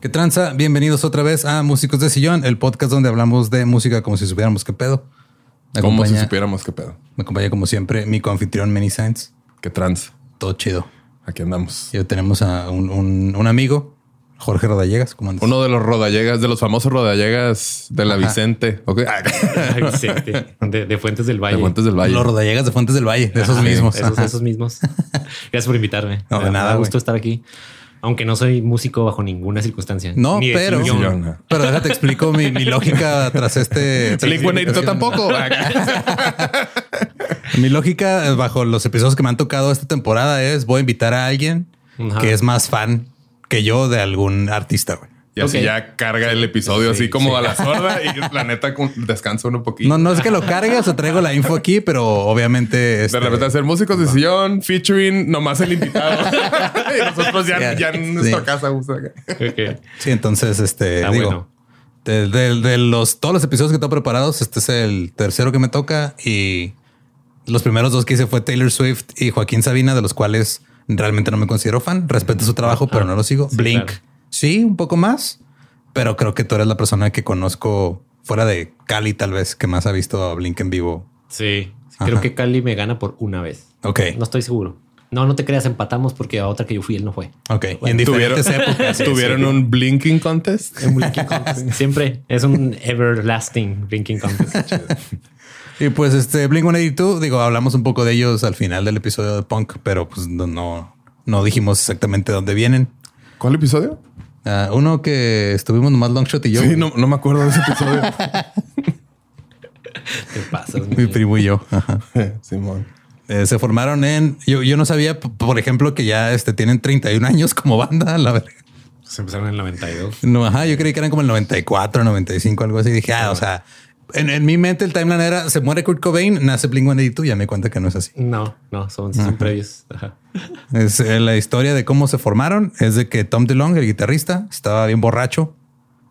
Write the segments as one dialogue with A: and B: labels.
A: ¿Qué tranza? Bienvenidos otra vez a Músicos de Sillón, el podcast donde hablamos de música como si supiéramos qué pedo. Me
B: Como si
A: acompaña-
B: supiéramos qué pedo.
A: Me acompaña como siempre mi coanfitrión Manny Sainz.
B: Qué trans.
A: Todo chido.
B: Aquí andamos.
A: Y hoy tenemos a un, un- un amigo, Jorge Rodallegas. ¿Cómo andas?
B: Uno de los rodallegas, de los famosos rodallegas de la
A: Ajá.
B: Vicente. ok.
C: Vicente, de, de Fuentes del Valle.
B: De Fuentes del Valle. Ah,
A: Los Rodallegas de Fuentes del Valle, de esos
C: Ajá,
A: mismos.
C: Esos,
A: Ajá.
C: esos mismos. Gracias por invitarme.
A: No, de
C: Me da
A: nada, güey.
C: gusto estar aquí. Aunque no soy músico bajo ninguna circunstancia.
A: No,
C: Ni de
A: pero,
C: sillón.
B: sillón, ajá.
A: pero déjate explico mi, mi lógica tras este. tras
B: Blink
A: esta
B: 182
A: invitación.
B: tampoco.
A: Mi lógica eh, bajo los episodios que me han tocado esta temporada es voy a invitar a alguien
C: Ajá.
A: que es más fan que yo de algún artista. güey.
B: Y así
C: Ok.
B: ya carga el episodio
C: Sí,
B: así como
C: sí.
B: a la sorda y la neta con- descansa uno poquito.
A: No, no es que lo cargue, o sea, traigo la info aquí, pero obviamente este,
B: De repente hacer músicos de sillón, featuring nomás el invitado. y nosotros ya,
A: Ya,
B: ya
A: sí.
B: en nuestra casa. o sea,
C: Ok.
A: Sí, entonces, este,
C: Ah,
A: digo,
C: bueno.
A: de, de- de los todos los episodios que tengo preparados, este es el tercero que me toca y los primeros dos que hice fue Taylor Swift y Joaquín Sabina, de los cuales realmente no me considero fan. Respeto su trabajo,
B: Ah,
A: pero no lo sigo.
C: sí,
A: Blink,
C: claro.
A: sí, un poco más, pero creo que tú eres la persona que conozco fuera de Cali, tal vez, que más ha visto a Blink en vivo.
C: Sí. Creo
A: Ajá.
C: que Cali me gana por una vez.
A: Ok,
C: No estoy seguro. No, no te creas, empatamos porque a otra que yo fui, él no fue.
A: ok. Y en diferentes épocas. sí,
B: tuvieron
A: sí.
B: un blinking contest.
C: Un blinking contest. Siempre es un everlasting blinking contest.
A: Y pues este Blink 182, digo, hablamos un poco de ellos al final del episodio de Punk, pero pues no, no, no dijimos exactamente dónde vienen.
B: ¿Cuál episodio?
A: Ah, uno que estuvimos nomás Longshot y yo,
B: Sí, no, no me acuerdo de ese episodio.
C: Te pasas,
A: mi
C: mi-
A: primo y yo. Ajá.
B: Simón.
A: Eh, se formaron en. Yo, yo no sabía, p- por ejemplo, que ya este, tienen 31 años como banda. La verga.
C: Se empezaron en el 92.
A: No, ajá, yo creí que eran como el 94, 95, algo así. Dije, ah, o sea, en, en mi mente el timeline era se muere Kurt Cobain, nace Blink 182. Ya me di cuenta que no es así.
C: No, no, son, son previos. Ajá.
A: Es, eh, la historia de cómo se formaron es de que Tom DeLonge, el guitarrista, estaba bien borracho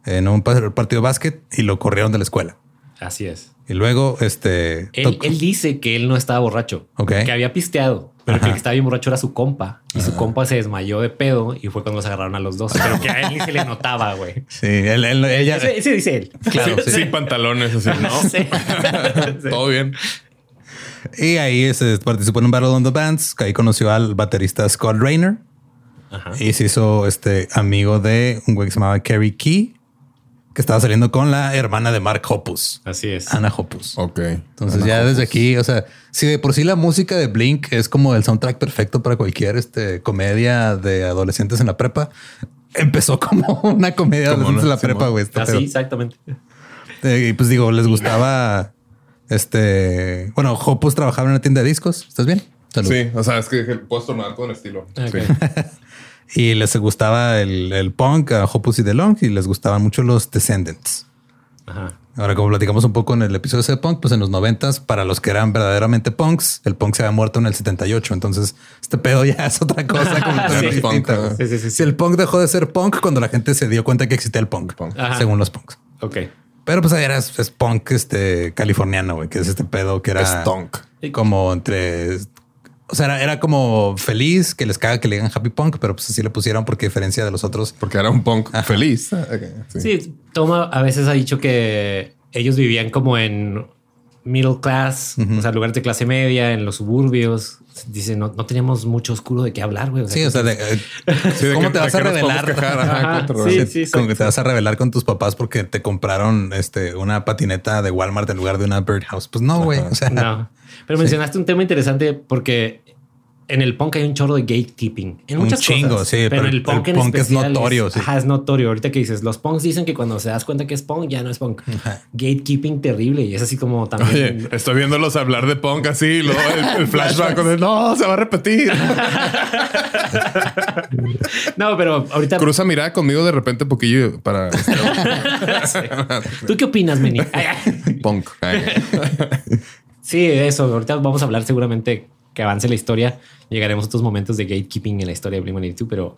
A: en un pas- partido de básquet y lo corrieron de la escuela.
C: Así es.
A: Y luego, este...
C: Él,
A: tocó-
C: él dice que él no estaba borracho,
A: Ok.
C: que había pisteado, pero que el que estaba bien borracho era su compa y
A: Ah.
C: su compa se desmayó de pedo y fue cuando los agarraron a los dos, pero que a él ni se le notaba, güey.
A: Sí, él, él- ella...
C: Ese, ese dice él.
A: Claro, sí.
B: Sin pantalones, así, ¿no?
C: Sí.
B: Todo bien.
A: Y ahí se participó en un Battle on the Bands, que ahí conoció al baterista Scott Rayner
C: Ajá.
A: y se hizo este amigo de un güey que se llamaba Kerry Key. que estaba saliendo con la hermana de Mark Hoppus,
C: Así es.
A: Ana Hoppus.
B: Ok.
A: Entonces ya
B: pues,
A: desde aquí, o sea, si de por sí la música de Blink es como el soundtrack perfecto para cualquier este, comedia de adolescentes en la prepa, empezó como una comedia de
B: Como
A: adolescentes en
B: una,
A: la prepa,
B: Simón.
A: güey. este
C: Así,
A: pedo.
C: exactamente.
A: Eh, y pues digo, les gustaba este. Bueno, Hopus trabajaba en una tienda de discos. ¿Estás bien? Salud.
B: Sí, o sea, es que puedes tomar todo el estilo. Sí.
C: Ok.
A: Y les gustaba el, el punk a Hopus y DeLong y les gustaban mucho los Descendants.
C: Ajá.
A: Ahora, como platicamos un poco en el episodio ese de punk, pues en los noventas, para los que eran verdaderamente punks, el punk se había muerto en el 78. Entonces, este pedo ya es otra cosa completamente
B: Sí.
A: distinta. güey.
B: Punk,
C: Sí, sí, sí, sí.
A: Si el punk dejó de ser punk cuando la gente se dio cuenta que existía el punk,
B: Punk.
C: Ajá.
A: según los punks.
C: Ok.
A: Pero pues ahí era es, es punk este californiano, güey, que es este pedo que era
B: Stonk.
A: como entre. O sea, era, era como feliz que les caga que le digan happy punk, pero pues así le pusieron porque a diferencia de los otros.
B: Porque era un punk feliz. Ah, ok, sí.
C: Sí, Toma a veces ha dicho que ellos vivían como en middle class, o sea, lugares de clase media, en los suburbios. Dice, no, no teníamos mucho oscuro de qué hablar, güey. O sea,
A: Sí, o sea, de- eh,
B: Sí, de
A: ¿cómo
B: que-
A: te
B: de
A: vas a
B: que nos podemos
A: revelar?
B: quejar, ajá,
C: Ajá,
B: contra-
C: sí.
A: como que
C: exacto.
A: te vas a revelar con tus papás porque te compraron este una patineta de Walmart en lugar de una birdhouse. Pues no, güey. O sea,
C: No. Pero mencionaste un tema interesante porque en el punk hay un chorro de gatekeeping. En
A: Un
C: muchas
A: chingo,
C: cosas.
A: sí, pero
C: Pero en
A: el
C: el punk, en
A: punk es
C: especial
A: notorio, sí.
C: Ajá, es notorio. Ahorita que dices, los punks dicen que cuando se das cuenta que es punk, ya no es punk. Gatekeeping terrible. Y es así como también.
B: Oye, estoy viéndolos hablar de punk así y luego el, el flashback de no, se va a repetir.
C: No, pero ahorita.
B: Cruza mirada conmigo de repente poquillo para este,
C: ¿Tú qué opinas, Meni? Ay, ay.
B: punk.
C: Sí, eso. Ahorita vamos a hablar seguramente que avance la historia. Llegaremos a otros momentos de gatekeeping en la historia de Blink-182, pero...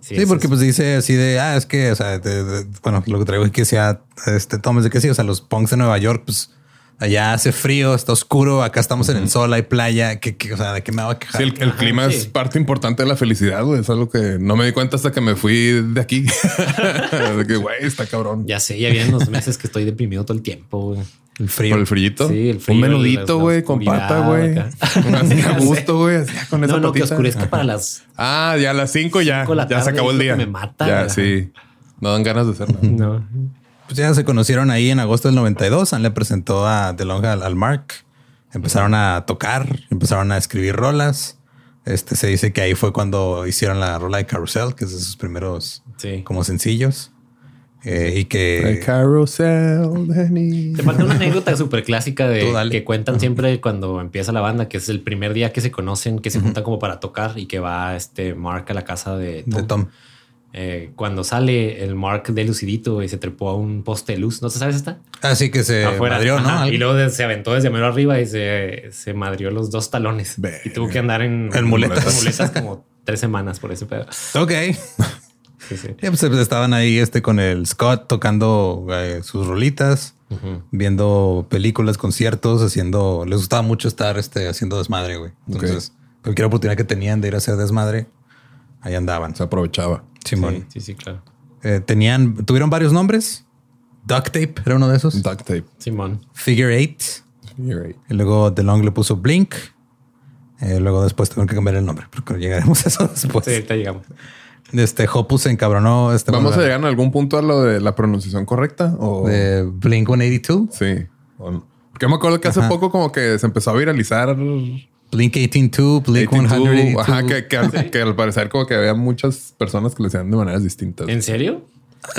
A: Sí,
C: eso
A: porque
C: es-
A: pues dice así de, ah, es que, o sea, de- de- bueno, lo que traigo es que sea, este, tomes de que sí, o sea, los punks de Nueva York, pues allá hace frío, está oscuro, acá estamos en el sol, hay playa, que, que, o sea, de qué me va a quejar.
B: Sí, el, el
C: Ajá,
B: clima
C: sí.
B: es parte importante de la felicidad, güey. Es algo que no me di cuenta hasta que me fui de aquí. de que, güey, está
A: pues
B: cabrón.
C: Ya sé, ya vienen los meses que estoy deprimido todo el tiempo. güey.
A: El frío.
B: Por el frillito.
C: Sí, el frío,
B: Un
C: la- la
B: menudito, güey, con
C: oscuridad
B: pata, güey.
C: acá.
B: Así
C: Ya
B: a
C: sé.
B: gusto, güey. así con esa
C: No, no, que
B: patita.
C: oscurezca para las...
B: Ah, ya a las 5 ya.
C: Cinco de la
B: Ya se
C: tarde,
B: acabó el
C: eso
B: día.
C: que me mata.
B: Ya, sí. No dan ganas de hacer nada.
C: No.
A: Pues ya se conocieron ahí en agosto del 92. Anne le presentó a DeLonge al, al Mark. Empezaron a tocar, empezaron a escribir rolas. Este se dice que ahí fue cuando hicieron la rola de Carousel, que es de sus primeros
C: Sí.
A: como sencillos. Eh, y
B: El
A: que
B: carousel, Danny.
C: Te falta una anécdota súper clásica
A: Tú
C: de
A: dale.
C: que cuentan siempre cuando empieza la banda, que es el primer día que se conocen, que se juntan como para tocar y que va este Mark a la casa de Tom.
A: de Tom.
C: Eh, cuando sale el Mark de lucidito y se trepó a un poste de luz, ¿no se sabes esta?
A: Así Ah, que se
C: afuera.
A: Eh, madrió, ¿no?
C: Ajá.
A: Algo.
C: Y luego de- se aventó desde mero arriba y se, se madrió los dos talones.
B: Ve.
C: Y tuvo que andar en,
A: En muletas.
C: en muletas como tres semanas por ese pedo.
A: Ok.
C: Sí, sí.
A: Ya, pues, estaban ahí este con el Scott tocando eh, sus rolitas,
C: Ujú.
A: viendo películas, conciertos, haciendo. Les gustaba mucho estar este, haciendo desmadre, güey. Entonces, cualquier oportunidad que tenían de ir a hacer desmadre, ahí andaban.
B: Se aprovechaba.
A: Simón.
C: Sí, sí, sí, claro.
A: Eh, tenían, tuvieron varios nombres. Duct tape era uno de esos.
B: Duct tape.
C: Simón.
A: Figure eight.
B: You're right.
A: Y luego DeLong le puso Blink. Eh, luego después tuvieron que cambiar el nombre, pero llegaremos a eso después.
C: Sí, ahorita llegamos.
A: Este Hopus se encabronó. Este,
B: ¿Vamos a
A: bueno,
B: llegar en algún punto a lo de la pronunciación correcta? O...
A: de Blink 182.
B: Sí. O no. Porque me acuerdo que hace poco como que se empezó a viralizar
A: Blink 182, Blink 182.
B: Ajá, que, que al, que al parecer como que había muchas personas que lo hacían de maneras distintas.
C: ¿En serio?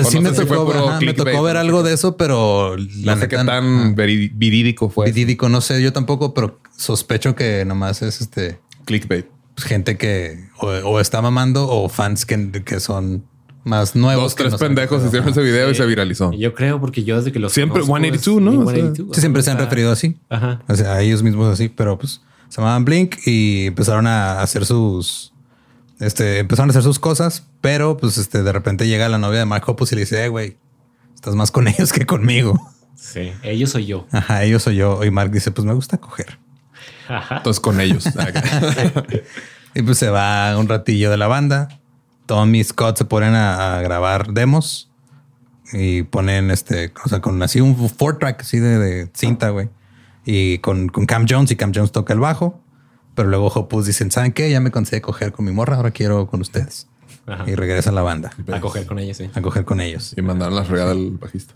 A: Sí
B: O no
A: me,
B: sé si fue
A: tocó,
B: puro
A: ajá, me
B: clickbait,
A: tocó ver
B: no sé
A: algo de eso, pero la
B: no sé qué
A: neta, ah.
B: tan pues. veri- verídico fue.
A: verídico, no sé, yo tampoco, pero sospecho que nomás es este
B: Clickbait.
A: pues, gente que o, o está mamando o fans que, que son más nuevos.
B: Dos,
A: que
B: tres
A: no saben
B: pendejos
A: qué pedo.
B: hicieron ese video y
C: Sí.
B: se viralizó.
C: Yo creo porque yo desde que los
B: Siempre
C: conozco
B: 182,
C: es
B: ¿no?
C: Blink
B: O sea,
C: 182.
A: Sí, siempre se han
C: Ajá.
A: referido así.
C: Ajá.
A: O sea, a ellos mismos así, pero pues se llamaban Blink y empezaron a hacer sus. Este, empezaron a hacer sus cosas, pero pues este, de repente llega la novia de Mark Hoppus y le dice, "Eh, güey, estás más con ellos que conmigo.
C: Sí. Ellos soy yo.
A: Ajá, ellos soy yo. Y Mark dice, pues me gusta coger.
C: Ajá.
B: Entonces con ellos. Ah,
A: Y pues se va un ratillo de la banda. Tom y Scott se ponen a, a grabar demos y ponen este, o sea, con así un four track así de, de cinta, güey. Y con, con Cam Jones y Cam Jones toca el bajo. Pero luego Hopus dicen, ¿saben qué? Ya me cansé de coger con mi morra, ahora quiero con ustedes.
C: Ajá.
A: y pues, regresa a la banda
C: A coger con ellos, sí.
A: a coger con ellos.
B: Y mandaron la fregada al bajista.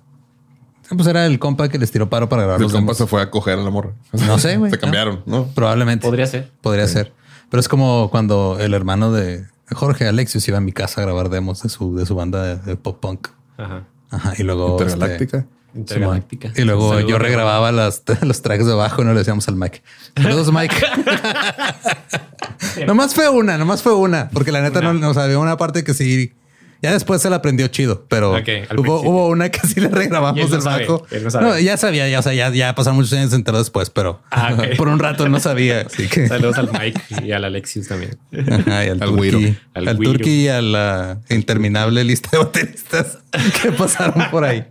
A: Pues era el compa que les tiró paro para grabar
B: El
A: los
B: compa
A: demos.
B: se fue a coger a la morra.
A: Ah, No sé, güey.
B: Se cambiaron, ¿no?
A: Probablemente.
C: Podría ser.
A: Podría ser. Pero es como cuando el hermano de Jorge Alexius iba a mi casa a grabar demos de su, de su banda de, de pop punk.
C: Ajá.
A: Ajá. Y luego.
B: Intergaláctica.
A: este, Simón.
C: Intergaláctica.
A: y luego
C: Saludos.
A: yo regrababa las, los tracks de abajo y no le decíamos al Mike. Saludos, Mike. nomás fue una, nomás fue una. Porque la neta no,
C: Una.
A: no o sea, había una parte que sí. Ya después se la aprendió chido, pero
C: Ok, al
A: hubo,
C: principio.
A: hubo una que sí le regrabamos
C: Y él no
A: del
C: sabe,
A: bajo.
C: él no sabe.
A: ya sabía, ya, o sea, ya, ya pasaron muchos años enteros después, pero
C: Ah, ok.
A: por un rato no sabía. Así que
C: Saludos al Mike y al Alexius también.
A: Ajá, y al,
B: Al
A: Turki.
B: güiro.
A: Al,
C: Al güiro.
A: Turki y a la interminable lista de bateristas que pasaron por ahí.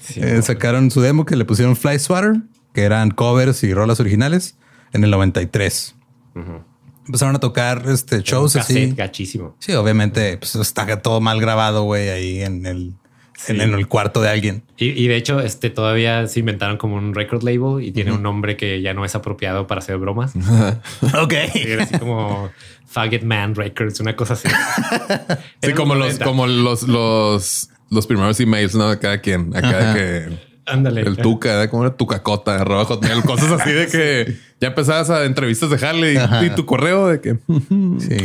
C: Sí,
A: Eh, sacaron su demo que le pusieron Fly Swatter, que eran covers y rolas originales, en el 93. Empezaron a tocar este, shows
C: un cassette
A: así.
C: gachísimo.
A: Sí, obviamente, pues está todo mal grabado, güey, ahí en el, en, en el cuarto de alguien.
C: Y, y de hecho, este todavía se inventaron como un record label y tiene un nombre que ya no es apropiado para hacer bromas.
A: ok.
C: Era así como Faggot Man Records, una cosa así.
B: Sí,
C: Eran
B: como los,
C: 90.
B: como los, los, los primeros emails, ¿no? De cada quien. Acá
A: Ajá.
B: de que
C: Ándale.
B: el tuca, ¿eh? como era tucacota, arroba hotmail, cosas así de que ya empezabas a entrevistas de Harley
A: Ajá.
B: y, y tu correo de que
A: Sí,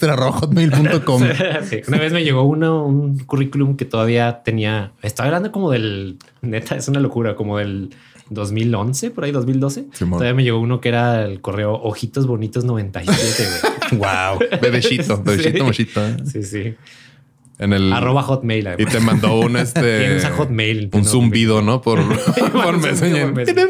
A: Lalo-dextra.com.
C: Sí, Una vez me llegó uno, un currículum que todavía tenía. Estaba hablando como del. Neta, es una locura, como del 2011, por ahí 2012.
B: Simón.
C: Todavía me llegó uno que era el correo Ojitos Bonitos 97. güey.
A: wow.
B: bebecito, bebecito,
C: Sí.
B: mochito. ¿eh?
C: Sí, sí.
B: En el
C: Arroba Hotmail.
B: y
C: además.
B: te mandó un este
C: Tienes a Hotmail,
B: un
C: ¿no?
B: zumbido, ¿no? Por, por
C: un
B: Messenger.
C: zumbido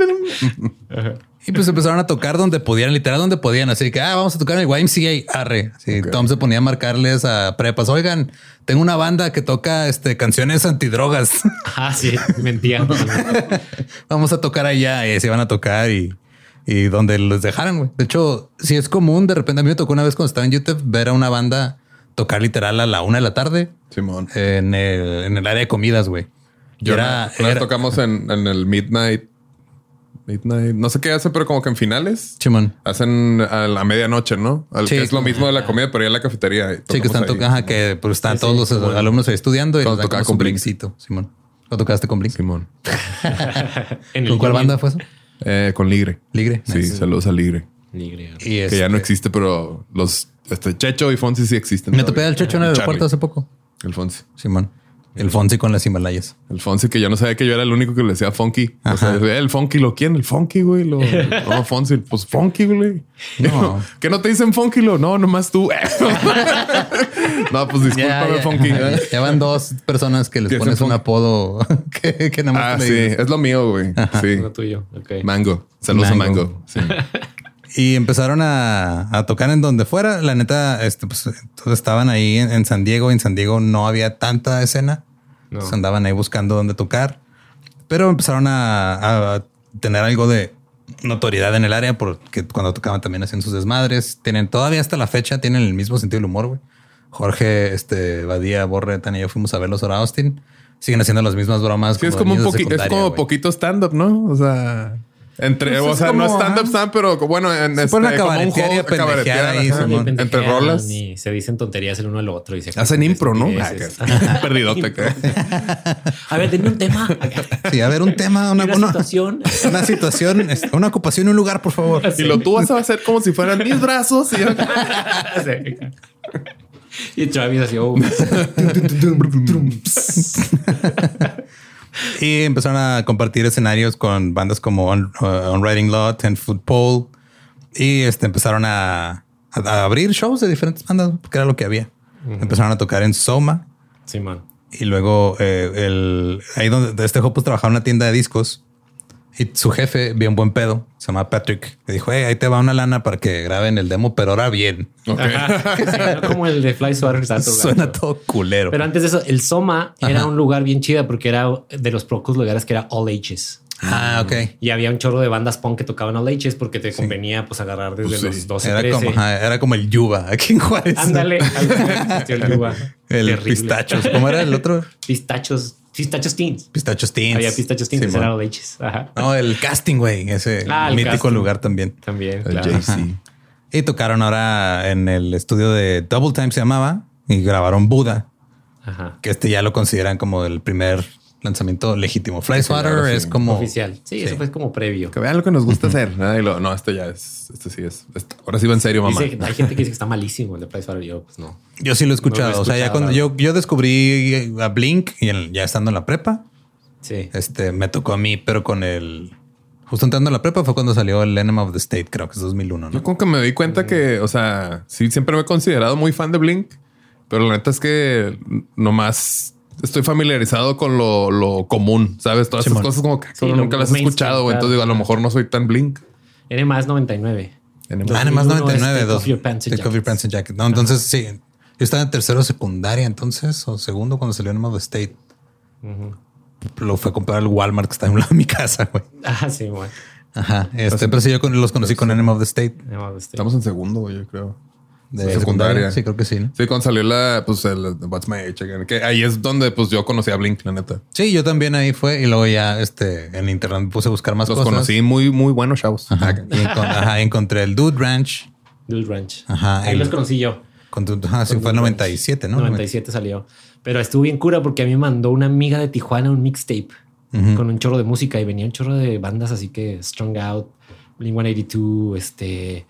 C: por
A: Y pues empezaron a tocar donde podían, literal donde podían. Así que, ah, vamos a tocar en el YMCA, arre. Sí,
B: Ok.
A: Tom se ponía a marcarles a prepas. Oigan, tengo una banda que toca este, canciones antidrogas.
C: Ah, sí, mentía.
A: vamos a tocar allá. Y se iban a tocar y, y donde los dejaran, güey. De hecho, si es común, de repente a mí me tocó una vez cuando estaba en YouTube ver a una banda tocar literal a la una de la tarde
B: Simón.
A: en el, en el área de comidas, güey. Y
B: Yo
A: era-
B: una, una vez
A: era-
B: tocamos en, en el Midnight. Midnight. No sé qué hacen, pero como que en finales
A: Simón.
B: hacen a la medianoche, ¿no? Al
A: Sí.
B: que es lo mismo de la comida, pero ya en la cafetería. eh,
A: Sí, que están tocando,
B: tocando.
A: ajá, que pues, están
C: Sí, sí,
A: todos los
C: como-
A: alumnos ahí estudiando y
B: Cuando
A: nos dan
B: tocaba
A: como su
B: con Blink.
A: blinkcito, Simón. ¿Lo tocaste con Blink?
B: Simón.
C: En el
A: ¿Con cuál
C: Yumi.
A: banda fue eso?
B: Eh, con Ligre.
A: Ligre.
B: Sí, saludos a Ligre.
C: Nigre.
A: Y
B: Que ya no
A: este,
B: existe, pero los este Checho y Fonsi sí existen.
A: Me topé
B: todavía.
A: al Checho en el
B: Charlie,
A: aeropuerto hace poco.
B: El Fonsi.
A: Simón. El Fonsi con las Himalayas.
B: El Fonsi, que yo no sabía que yo era el único que le decía Funky. O sea, decía, el Funky, ¿lo quién? El Funky, güey. Lo, no, Fonsi, pues Funky, güey.
A: No.
B: ¿Qué no te dicen Funky, lo? No, nomás tú. no, pues discúlpame, Funky. Ah,
A: Ya van dos personas que les
B: Que
A: pones
B: son
A: un
B: funky.
A: apodo que, que nada más
B: Ah,
A: le
B: sí,
A: dices.
B: es lo mío, güey. Sí.
C: Uno tuyo. Ok.
B: Mango. Saludos a
A: Mango.
B: Mango. Sí.
A: Y empezaron a, a tocar en donde fuera. La neta, este, pues todos estaban ahí en, en San Diego. En San Diego no había tanta escena.
C: No.
A: Entonces, andaban ahí buscando dónde tocar. Pero empezaron a, a tener algo de notoriedad en el área porque cuando tocaban también hacían sus desmadres. Tienen todavía hasta la fecha, tienen el mismo sentido del humor, güey. Jorge, este, Badía, Borre, Tan y yo fuimos a verlos ahora a Austin. Siguen haciendo las mismas bromas.
B: Sí, es como un
A: niños de
B: poquito, es
A: secundaria,
B: como
A: güey.
B: poquito stand-up, ¿no? O sea, entre,
A: Pues
B: o
A: es
B: sea, no
A: como,
B: stand-up,
A: ah.
B: stand, pero bueno, en
A: Se
B: este,
A: ponen a
B: como un
A: cabaretear y a
B: juego-
A: pendejear
B: cabaretear,
A: ahí,
B: ajá.
C: Ah, Ni
A: Simón.
C: pendejean,
B: entre rolas.
C: ni se dicen tonterías el uno al otro. Y se
B: Hacen impro, ¿no? Ah,
C: estupideces.
B: que- Perdidote. acá.
C: A ver, denme un tema.
A: Sí, a ver, un tema, una,
C: una
A: una-
C: situación.
A: una situación, este, una ocupación, un lugar, por favor.
B: Y lo tú vas a hacer como si fueran mis brazos. Y yo-
C: Sí. y Travis así, oh,
A: Y empezaron a compartir escenarios con bandas como On, uh, On Riding Lot, and Foot Pole. Y este, empezaron a, a- a abrir shows de diferentes bandas, porque era lo que había. Empezaron a tocar en Soma.
C: Simón.
A: Y luego eh, el, ahí donde de este Hopus trabajaba en una tienda de discos. Y su jefe, bien buen pedo, se llama Patrick, le dijo, hey, ahí te va una lana para que graben el demo, pero ahora bien.
B: Ok.
C: Ajá, sí, no como el de Fly Swatter. está todo
A: Suena
C: gacho.
A: todo culero.
C: Pero antes de eso, el Soma era un lugar bien chida porque era de los pocos lugares que era All Ages.
A: ah, ok.
C: Y había un chorro de bandas punk que tocaban All Ages porque te convenía pues agarrar desde
B: Pues sí.
C: los 12,
A: Era
C: 13.
A: como, ajá, era como el Yuba aquí en Juárez. ¿no?
C: Ándale. al- tío Yuba.
A: El
C: Terrible.
A: pistachos. ¿Cómo era el otro?
C: Pistachos. Pistachos Teens.
A: Pistachos Teens. Ah.
C: Había pistachos Teens,
A: Simón.
C: era All Ages. Ajá.
A: No, el casting, güey. Ese
C: Ah, el
A: mítico
C: casting.
A: lugar también.
C: También.
B: El
C: claro.
B: JC.
A: Ajá. Y tocaron ahora en el estudio de Double Time se llamaba y grabaron Buda,
C: Ajá.
A: que este ya lo consideran como el primer lanzamiento legítimo. Fly Swatter
B: ahora sí.
A: es como
C: Oficial. Sí, eso fue como previo.
B: Que vean lo que nos gusta hacer. ¿no? Y luego, no, esto ya es, esto sí es. esto- ahora sí va en serio, mamá.
C: Dice que hay gente que dice que está malísimo el de Pricewater. Yo, pues no.
A: Yo sí lo he escuchado.
C: No lo he
A: o sea, ya
C: escuchado,
A: cuando
C: la
A: yo, yo descubrí a Blink y en- ya estando en la prepa,
C: Sí.
A: este me tocó a mí, pero con el justo entrando a la prepa fue cuando salió el Enema of the State, creo que es 2001.
B: Yo
A: ¿no?
B: como que me di cuenta que, o sea, sí, siempre me he considerado muy fan de Blink, pero la neta es que nomás estoy familiarizado con lo, lo común, ¿sabes? Todas esas
A: Simón.
B: cosas como que solo
C: lo-
B: nunca
C: lo
B: las he
C: mainstream,
B: escuchado, güey.
C: claro.
B: entonces digo, a lo mejor no soy tan Blink.
C: N más 99.
B: Enema.
A: Ah, Enema
C: 2001 es
A: 99,
C: Take
A: dos.
C: Off Your Pants and
A: Take Off Your
C: Jackets.
A: Pants and Jacket. No, entonces sí. Yo estaba en tercero de secundaria entonces o segundo cuando salió Enema of the State. Lo fue a comprar al Walmart que está en un lado de mi casa, güey.
C: Ah, sí, bueno.
A: Ajá. Este, pero sí, yo con- los conocí con Enema of the State
B: Estamos en segundo, güey, yo creo.
A: de
B: Secundaria.
A: secundaria. Sí, creo que sí. ¿no?
B: Sí, cuando salió la, pues el What's My Age Again, que ahí es donde pues yo conocí a Blink, la neta.
A: Sí, yo también ahí fue y luego ya este en internet me puse a buscar más
B: Los
A: cosas.
B: conocí muy, muy buenos chavos.
A: Ajá, y encon- ajá, encontré el Dude Ranch.
C: Dude Ranch.
A: Ajá,
C: Ahí
A: el-
C: los conocí yo.
A: Con tu, ajá, sí, fue el 97, ¿no?
C: 97 salió. Pero estuvo bien cura porque a mí me mandó una amiga de Tijuana un mixtape con un chorro de música y venía un chorro de bandas así que Strong Out, Blink 182, este,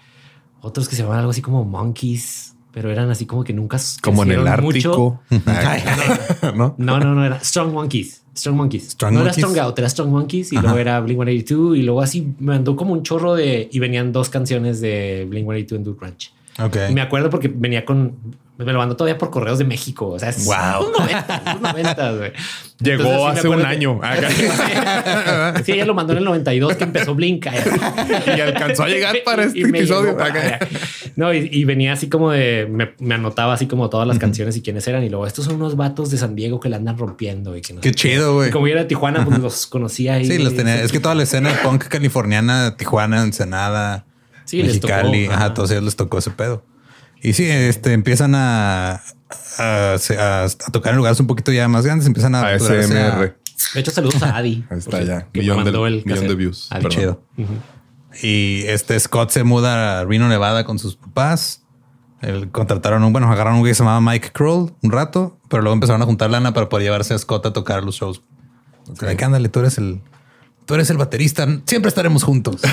C: otros que se llamaban algo así como Monkeys, pero eran así como que nunca s-
B: Como en el
C: crecieron mucho.
B: Ártico. Ay, ¿No?
C: No, no, no era Strong Monkeys. Strong Monkeys.
A: Strong
C: no
A: Monkeys.
C: era Strong Out, era Strong Monkeys y
A: Ajá.
C: luego era Blink 182 y luego así me mandó como un chorro de y venían dos canciones de Blink 182 en Dude Ranch.
A: Ok.
C: Y me acuerdo porque venía con. Me lo mandó todavía por correos de México. O sea, es
A: Wow.
C: unos 90, unos 90, güey.
B: Llegó
C: Entonces, sí me
B: hace un
C: acuerdo
B: año.
C: que- sí, ella lo mandó en el 92 que empezó Blink.
B: Y alcanzó a llegar para este
C: Y me llegó
B: episodio.
C: para
B: Acá.
C: allá. No, y, y venía así como de. Me, me anotaba así como todas las canciones y quiénes eran. Y luego, estos son unos vatos de San Diego que la andan rompiendo. Y que no
A: Qué
C: sé
A: chido, güey.
C: Y como yo era de Tijuana, pues los conocía ahí.
A: Sí, los tenía. Es que toda la escena punk californiana, Tijuana, Ensenada,
C: Sí, les tocó,
A: Mexicali, ajá,
C: ajá.
A: todos ellos les tocó ese pedo. Y sí, este empiezan a, a, a- a tocar en lugares un poquito ya más grandes, empiezan a aventurarse a-
B: ASMR.
C: De hecho, saludos a Adi.
B: Ahí está
C: porque-
B: ya.
C: que me
B: Millón de-
C: mandó el
B: millón de
C: cassette.
B: views.
C: Adi.
A: Qué
B: Perdón.
A: chido. Y este Scott se muda a Reno, Nevada con sus papás. Él contrataron un, bueno, agarraron un güey que se llamaba Mike Kroll un rato, pero luego empezaron a juntar lana para poder llevarse a Scott a tocar los shows. O sea, de que, ándale, tú eres el, tú eres el baterista, siempre estaremos juntos.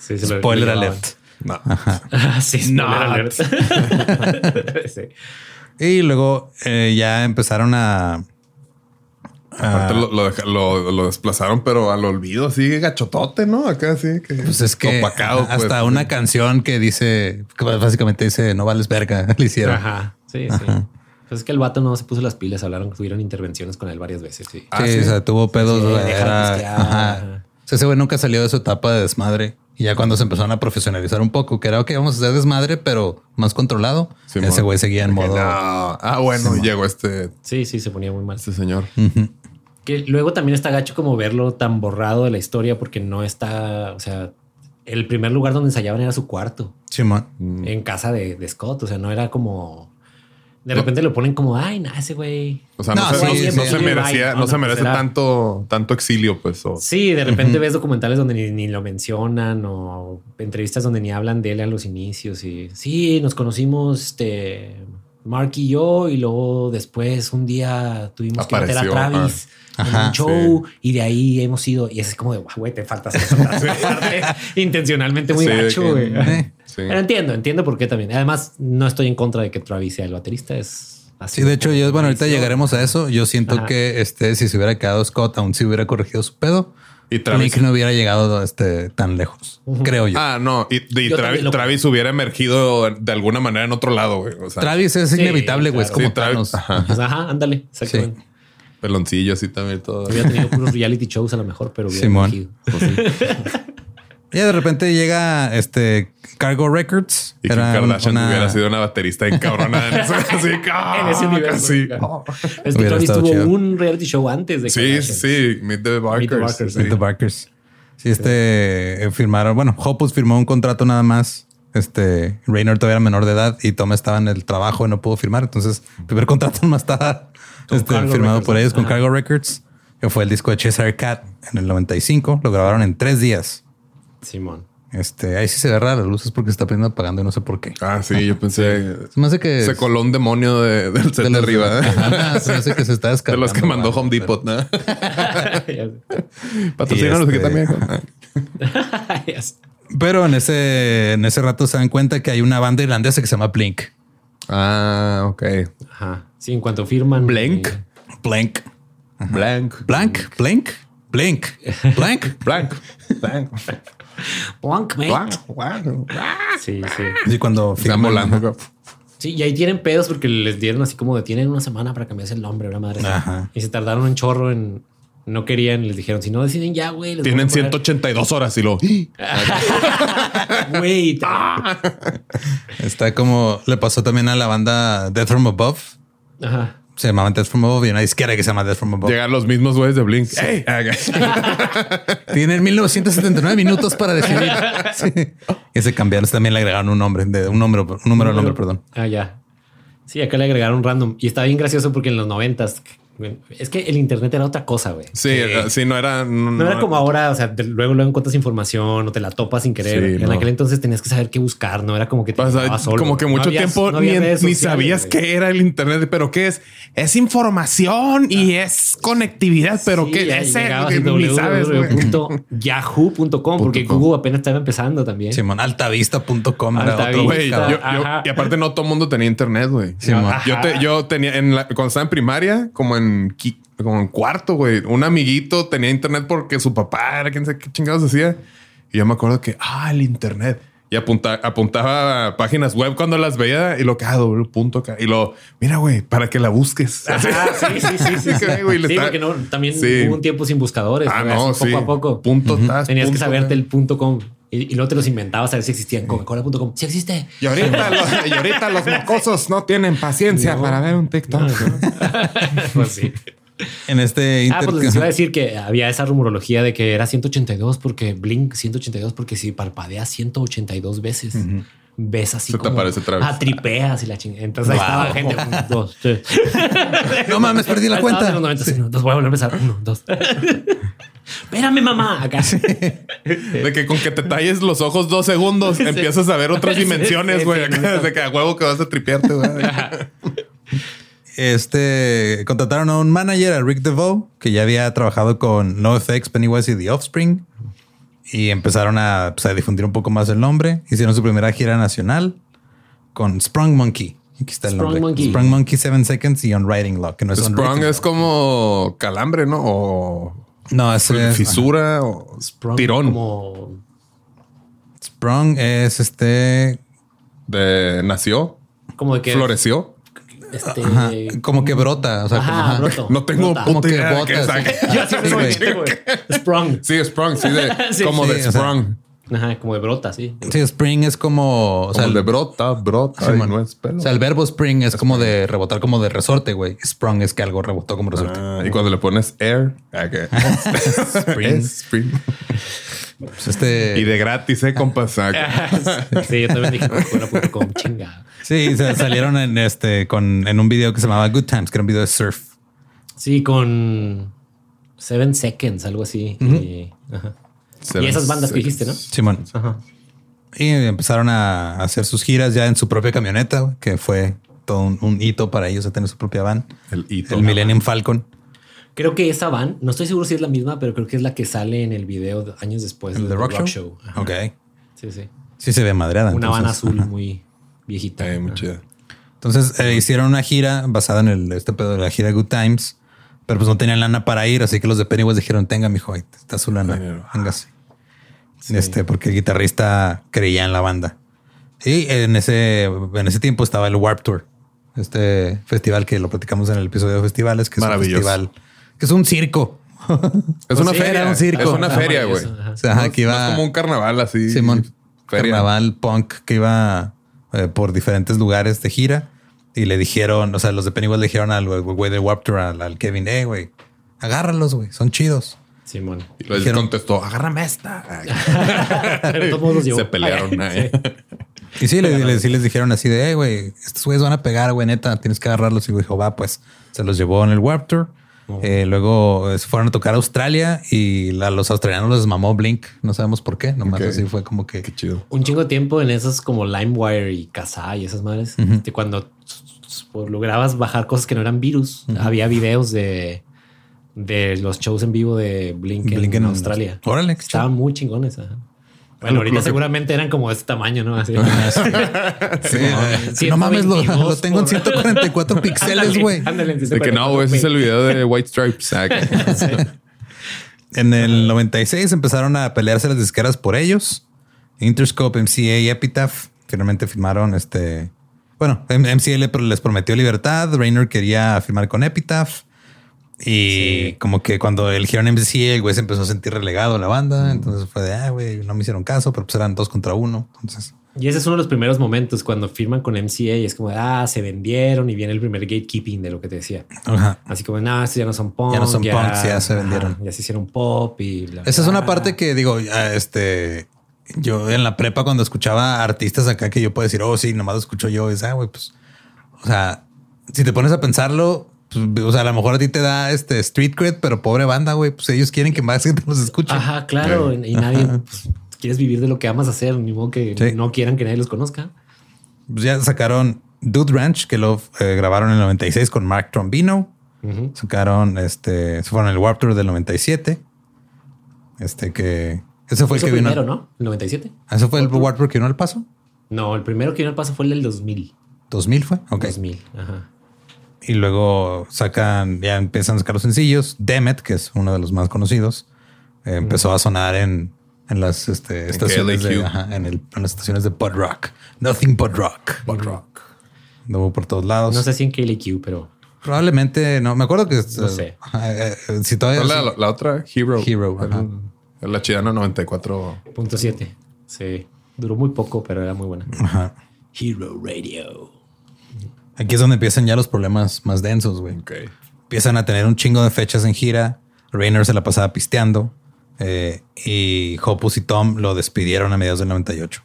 C: Sí, se lo- lo
A: Spoiler
C: llevaban.
A: alert.
B: No.
C: Ah, sí, spoiler
A: Not.
C: alert. Sí.
A: Y luego eh, ya empezaron a,
B: Aparte lo, lo deja- lo- lo desplazaron, pero al olvido, así gachotote, ¿no? Acá sí. Que
A: pues es que
B: opacado,
A: hasta
B: pues.
A: una canción que dice, que básicamente dice, no vales verga, le hicieron.
C: Ajá. Sí, sí. Pues es que el vato no se puso las pilas, hablaron, tuvieron intervenciones con él varias veces. Sí.
B: Ah,
A: sí,
B: sí.
A: o sea, tuvo pedos.
C: Sí,
A: o sea,
C: deja de
A: era-
C: pistear,
A: ajá.
C: ajá.
A: O sea, ese güey nunca salió de su etapa de desmadre. Y ya cuando se empezaron a profesionalizar un poco, que era, ok, vamos a hacer desmadre, pero más controlado.
B: Simón.
A: ese güey seguía en
B: Que
A: modo...
B: no. Ah, bueno, llegó este,
C: Sí, sí, se ponía muy mal.
B: este señor.
A: Mm.
C: Que luego también está gacho como verlo tan borrado de la historia porque no está, o sea, el primer lugar donde ensayaban era su cuarto,
A: Simón.
B: Mm.
C: en casa de, de Scott. O sea, no era como... De repente lo ponen como, ay, nah, ese güey.
B: O sea, no,
A: No,
B: se, no-
A: sí,
B: no
A: sí,
B: se
A: sí.
B: merecía, no,
C: No,
B: se
C: no,
B: merece
C: será.
B: tanto, tanto exilio, pues. o-
C: Sí, de repente ves documentales donde ni, ni lo mencionan o entrevistas donde ni hablan de él a los inicios y sí, nos conocimos este Mark y yo y luego después un día tuvimos que
B: Apareció,
C: meter a Travis
A: ah.
C: en
A: Ajá,
C: un show y de ahí hemos ido y es como de "Guau, güey, te faltas intencionalmente muy
B: Sí, de
C: gacho,
B: que-
C: güey.
A: Eh.
B: Sí.
C: Pero entiendo, entiendo por qué también. Además, no estoy en contra de que Travis sea el baterista, es así.
A: Sí, de hecho, yo, bueno, ahorita
C: Inició.
A: llegaremos a eso. Yo siento
C: Ajá.
A: que este, si se hubiera quedado Scott, aún si hubiera corregido su pedo,
B: Y Travis.
A: Nick no hubiera llegado este, tan lejos, creo yo.
B: Ah, no. Y, y Travis,
C: Yo también lo-
B: Travis hubiera emergido de alguna manera en otro lado, güey. O sea,
A: Travis es
C: Sí,
A: inevitable, güey.
C: claro.
A: Es como
B: Sí, Travis-
A: Thanos.
B: Ajá.
C: Pues, ajá, ándale, exactamente.
B: peloncillo así también todo.
C: Hubiera tenido puros reality shows a lo mejor, pero hubiera
A: Simón.
C: elegido.
A: Ya de repente llega este Cargo Records.
B: Y que Kardashian hubiera sido una baterista encabronada en eso. Así, ¡ah!
C: En ese universo.
B: Sí,
C: claro. Es que
A: Hubiera
C: Travis
A: estado
C: tuvo
A: chido.
C: un reality show antes de
B: sí,
C: Kardashian.
B: sí. Meet the Barkers.
C: Meet the Barkers,
B: sí.
A: The Barkers. Sí, este eh, firmaron. Bueno, Hopus firmó un contrato nada más. Este Raynor todavía era menor de edad y Tom estaba en el trabajo y no pudo firmar. Entonces, el primer contrato no estaba este,
C: Cargo
A: firmado
C: Records,
A: por
C: ¿no?
A: ellos con
C: Ajá.
A: Cargo Records, que fue el disco de Cheshire Cat en el 95. Lo grabaron en tres días.
C: Simón.
A: Este, ahí sí se ve raro, las luces porque se está prendiendo apagando y no sé por qué.
B: Ah, sí, yo pensé.
A: Se me hace que
B: Se coló un demonio de- del set de,
A: los-
B: arriba. ¿eh?
A: Ajá, se me hace que se está
B: De
A: descargando.
B: los que mandó
A: algo,
B: Home
A: pero-
B: Depot, ¿no?
A: Y
B: Patrocínanos
A: este-
B: aquí también.
C: Ya sé.
A: Pero en ese, en ese rato se dan cuenta que hay una banda irlandesa que se llama Blink.
B: Ah, ok.
C: Ajá. Sí, en cuanto firman.
B: Blank.
C: eh,
A: Blank.
B: Blank.
A: Blank. Blank. Blank. Blank.
B: Blank. Blank.
C: Blank, mate.
B: Blank. Blank.
C: Sí, sí.
A: Y cuando
B: Están
A: firman-
B: volando.
C: Sí, y ahí tienen pedos porque les dieron así como de tienen una semana para cambiarse el nombre, una madre. así.
A: Ajá.
C: Y se tardaron un chorro en. No querían, les dijeron, si no deciden ya, güey. les
B: Tienen
C: voy a poner-
B: 182 horas y lo.
C: Güey, te-
A: Está como le pasó también a la banda Death from Above.
C: Ajá.
A: Se llamaban Death from Above y una izquierda que se llama Death from Above. Ah,
B: Llegan los mismos güeyes de Blink. Ey,
A: Tienen 1979 minutos para decidir. Sí. Y se cambiaron. También le agregaron un nombre, de un número, un número, al nombre, perdón.
C: Ah, ya. Sí, acá le agregaron random. Y está bien gracioso porque en los noventas. Es que el internet era otra cosa, güey.
B: Sí, era- sí, no era. No,
C: No, era como ahora, o sea, te- luego luego encuentras información o te la topas sin querer.
B: Sí,
C: en
B: no.
C: aquel entonces tenías que saber qué buscar, no era como que te
B: O sea,
C: quedabas solo,
B: como que
C: güey. No
B: mucho
C: había-
B: tiempo
C: no
B: ni,
C: había redes
B: ni
C: sociales,
B: sabías
C: güey.
B: qué era el Internet, pero qué es. Es información y es conectividad, pero
C: Ah. Sí,
B: qué
C: ahí
B: es
C: llegabas
B: que
C: y
B: ni sabes. güey.
C: www.yahoo.com porque
B: com.
C: Google apenas estaba empezando también.
A: Simón, altavista.com. era
C: Altavista.
A: otro
B: Güey, yo-
A: buscador.
B: yo-
C: Ajá.
B: y aparte no todo el mundo tenía internet, güey.
A: Sí, mo.
B: Yo, te- yo tenía en la- cuando estaba en primaria, como en, qui- como en cuarto, güey, un amiguito tenía internet porque su papá era quien sabe qué chingados hacía. Y yo me acuerdo que, ah, el internet. Y apunta, apuntaba a páginas web cuando las veía y lo que, ah, doble punto acá. Y lo, mira, güey, para que la busques. Así.
C: Ah, sí, sí, sí, sí. sí.
B: Sí, güey, le
C: Sí,
B: está-
C: porque no, también
B: Sí.
C: hubo un tiempo sin buscadores.
B: Ah,
C: güey,
B: no,
C: así,
B: sí.
C: Poco a poco.
B: Punto
A: Ah,
B: tas,
C: Tenías que
B: punto
C: saberte
B: tas.
C: el punto com y, y luego te los inventabas a ver si existían. Coca-Cola.com. Si existe.
B: Y ahorita, los, y ahorita los mocosos no tienen paciencia
C: No.
B: para ver un TikTok.
C: Pues sí.
A: En este
C: Ah,
A: inter-
C: pues les iba a decir que había esa rumorología de que era 182 porque Blink 182 porque si parpadeas 182 veces ves
B: Se
C: así
B: te
C: como
B: aparece otra vez.
C: ah, tripeas y la chingada. Entonces ahí estaba
A: Wow.
C: gente uno, dos, tres.
A: No mames, perdí la
C: Ahí
A: cuenta.
C: estaban en los 90, uno, dos, voy a volver a empezar. Uno, dos. Espérame, mamá. Acá.
B: De que con que te talles los ojos dos segundos empiezas a ver otras
C: Sí,
B: dimensiones,
C: sí,
B: güey.
C: sí,
B: Acá,
C: no.
B: de que a huevo que vas a tripearte, güey.
A: Este contrataron a un manager, a Rick DeVoe, que ya había trabajado con NoFX, Pennywise y The Offspring. Y empezaron a, pues, a difundir un poco más el nombre. Hicieron su primera gira nacional con Sprung Monkey. Aquí está el
C: Sprung
A: nombre.
C: Monkey.
A: Sprung Monkey, Seven Seconds y On Riding Lock. Que no es On
B: Sprung
A: Writing
B: es
A: Lock.
B: como calambre, ¿no? O
A: No, es, eh, es-
B: fisura o
C: Sprung
B: tirón
C: Como
A: ajá. Sprung es este.
B: de nació,
C: como de que
B: floreció.
C: este
A: ajá, como que brota. O sea, como,
C: ajá,
A: ajá.
C: broto,
B: No tengo
C: brota.
A: Como
B: puta
A: que
B: idea de qué
A: botas.
B: es.
C: Yo así me
A: Sí, güey.
C: soy, güey. Sprung.
B: Sí, Sprung, sí, de,
C: Sí,
B: como
A: sí,
B: de
A: o sea,
B: Sprung.
C: Ajá, como de brota, sí.
A: Sí, Spring es como. O
B: como
A: sea,
B: el de brota, brota,
A: Sí,
B: y
A: man.
B: no es pelo.
A: O sea, el verbo spring es como de rebotar como de resorte, güey. Sprung es que algo rebotó como resorte.
B: Ah, y cuando le pones air, acá.
A: Spring.
B: Es spring.
A: Pues este.
B: Y de gratis, eh, compas. Acá.
C: Sí, yo también dije pues, Coca-Cola.com, chingada.
A: Sí, se salieron en este con en un video que se llamaba Good Times, que era un video de surf.
C: Sí, con Seven Seconds, algo así. y, ajá. Y esas bandas que dijiste, ¿no?
A: Simón.
C: Ajá.
A: Y empezaron a hacer sus giras ya en su propia camioneta, güey, que fue todo un, un hito para ellos de tener su propia van.
B: El hito.
A: El Millennium Falcon.
C: Creo que esa van, no estoy seguro si es la misma, pero creo que es la que sale en el video de- años después.
A: El
C: de
A: de
C: The
A: Rock, Show.
C: Ajá.
A: Ok.
C: Sí, sí.
A: Sí se ve madreada.
C: Una van
A: entonces.
C: azul
A: Ajá.
C: muy viejita.
B: Eh, muy
C: Ajá.
B: chida.
A: Entonces eh, hicieron una gira basada en el, este pedo de la gira Good Times, pero pues no tenían lana para ir, así que los de Pennywise dijeron, tenga, mijo, ahí está su lana,
B: Dinero.
A: véngase". Este, porque el guitarrista creía en la banda. Y en ese, en ese tiempo estaba el Warp Tour, este festival que lo platicamos en el episodio de festivales, que es un
B: Maravilloso.
A: festival, que es un circo.
B: Es una
C: sí,
B: feria,
A: era un circo.
B: Es una
C: Está
B: feria, güey.
C: maravilloso, ajá.
A: O sea, ajá, que iba-
B: más como un carnaval así.
A: Simón.
B: Feria.
A: Carnaval punk que iba eh, por diferentes lugares de gira y le dijeron, o sea, los de Pennywise le dijeron al güey- güey de Warped Tour, al, al Kevin, eh, güey, agárralos, güey, son chidos.
C: Simón.
B: Y les
A: Dijeron-
B: contestó, agárrame esta.
C: Pero de todos modos los llevó.
B: Se pelearon. eh.
A: Y sí, le, le- sí les dijeron así de, eh, güey, estos güeyes van a pegar, güey, neta, tienes que agarrarlos. Y dijo, va, pues, se los llevó en el Warped Tour Eh, luego eh, se fueron a tocar a Australia y a los australianos les mamó Blink. No sabemos por qué. Nomás
B: Ok.
A: así fue como que
B: Qué chido.
C: un chingo de tiempo en esos como LimeWire y Kazaa y esas madres.
A: Ujú.
C: Este, cuando pues, lograbas bajar cosas que no eran virus, había videos de, de los shows en vivo de Blink,
A: Blink
C: en, Australia.
A: Órale, qué chido.
C: Estaban muy chingones. ajá. Bueno,
B: Lo-
C: ahorita
B: lo que-
C: seguramente eran como de este tamaño, ¿no? Así.
A: Sí, eh,
C: sí,
A: no mames, lo,
C: 122
A: lo tengo en
C: por-
A: 144 píxeles,
C: Ándale,
A: güey.
C: ándale,
B: De que no, güey, ese es el video de White Stripes. Ah, que-
A: En el 96 empezaron a pelearse las disqueras por ellos. Interscope, MCA y Epitaph finalmente firmaron este. Bueno, M- MCA le- les prometió libertad. Raynor quería firmar con Epitaph. Y como que cuando eligieron MCA, el güey se empezó a sentir relegado a la banda. Entonces fue de, ah, güey, no me hicieron caso, pero pues eran dos contra uno. Entonces,
C: Y ese es uno de los primeros momentos cuando firman con MCA y es como, ah, se vendieron y viene el primer gatekeeping de lo que te decía.
A: ajá.
C: Así como, no, estos ya no son punk.
A: Ya no son punks, ya se vendieron.
C: ajá, ya se hicieron pop y bla,
A: Esa es
C: bla.
A: una parte que digo, ah, este, yo en la prepa cuando escuchaba artistas acá que yo puedo decir, oh, sí, nomás lo escucho yo, es, ah, güey, pues, o sea, si te pones a pensarlo, pues, o sea, a lo mejor a ti te da este street cred, pero pobre banda, güey, pues ellos quieren que más gente los escuche.
C: Ajá, claro. Y nadie pues, quieres vivir de lo que amas hacer, ni modo que
A: Sí.
C: no quieran que nadie los conozca.
A: Pues ya sacaron Dude Ranch, que lo eh, grabaron en el 96 con Mark Trombino.
C: Ujú.
A: Sacaron este, se fueron el Warped Tour del 97. Este que, ese fue
C: Eso
A: el que
C: primero,
A: vino. Ah,
C: ¿no? ¿El 97?
A: Ese fue el Warped Tour que vino al paso.
C: No, el primero que vino al paso fue el del 2000.
A: 2000 fue. Ok.
C: 2000. Ajá.
A: Y luego sacan, ya empiezan a sacar los sencillos. Demet, que es uno de los más conocidos, eh, empezó a sonar en, en las este, estaciones de,
B: KLAQ.
A: ajá, en, el- en las estaciones de Pod Rock. Nothing Pod Rock. Pod Rock. Anduvo por todos lados.
C: No sé si en KLQ, pero
A: Probablemente no. Me acuerdo que
C: No sé.
A: ajá, eh, eh, si todavía
B: ¿Cuál era la, la otra? Hero.
A: Hero,
B: Era-
A: ajá.
B: era La Chidana 94.
C: punto 7. Sí. Duró muy poco, pero era muy buena.
A: Ajá.
C: Hero Radio.
A: Aquí es donde empiezan ya los problemas más densos, güey.
B: Ok.
A: empiezan a tener un chingo de fechas en gira. Raynor se la pasaba pisteando eh, y Hopus y Tom lo despidieron a mediados del 98.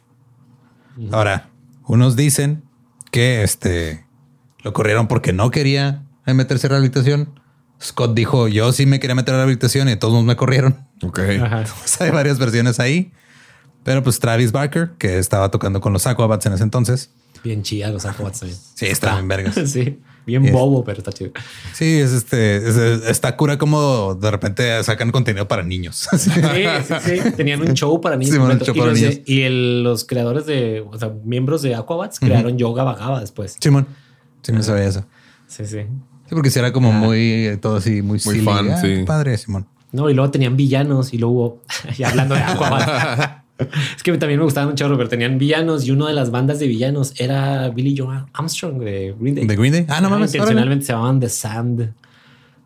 A: Ahora, unos dicen que este lo corrieron porque no quería eh, meterse a rehabilitación. Scott dijo: Yo sí me quería meter a rehabilitación y de todos modos me corrieron.
B: Ok.
C: Ajá.
A: O sea, hay varias versiones ahí. Pero pues Travis Barker, que estaba tocando con los Aquabats en ese entonces.
C: Bien chida los Aquabats también.
A: Sí, está bien vergas. Este
C: sí. Bien
A: Es-
C: bobo, pero está chido.
A: Sí, es este, es- es- está cura como de repente sacan contenido para niños. Así.
C: Sí, sí, sí. Tenían un show para niños.
A: Sí, bueno, un
C: completo.
A: show
C: y
A: para
C: los,
A: niños.
C: y el- los creadores de, o sea, miembros de Aquabats crearon Yoga Vagaba después.
A: Simón. Sí, me sabía eso.
C: Sí, sí.
A: Sí, porque si era como muy eh, todo así, muy, silly.
B: fan,
A: Ah,
B: sí.
A: qué Padre, Simón.
C: No, y luego tenían villanos y luego hubo, y hablando de Aquaman. es que también me gustaban un chorro, pero tenían villanos y una de las bandas de villanos era Billy Joe Armstrong de Green Day.
A: ¿De Green Day? Ah, no
C: Ah,
A: mames. órale.
C: Intencionalmente se llamaban The Sand.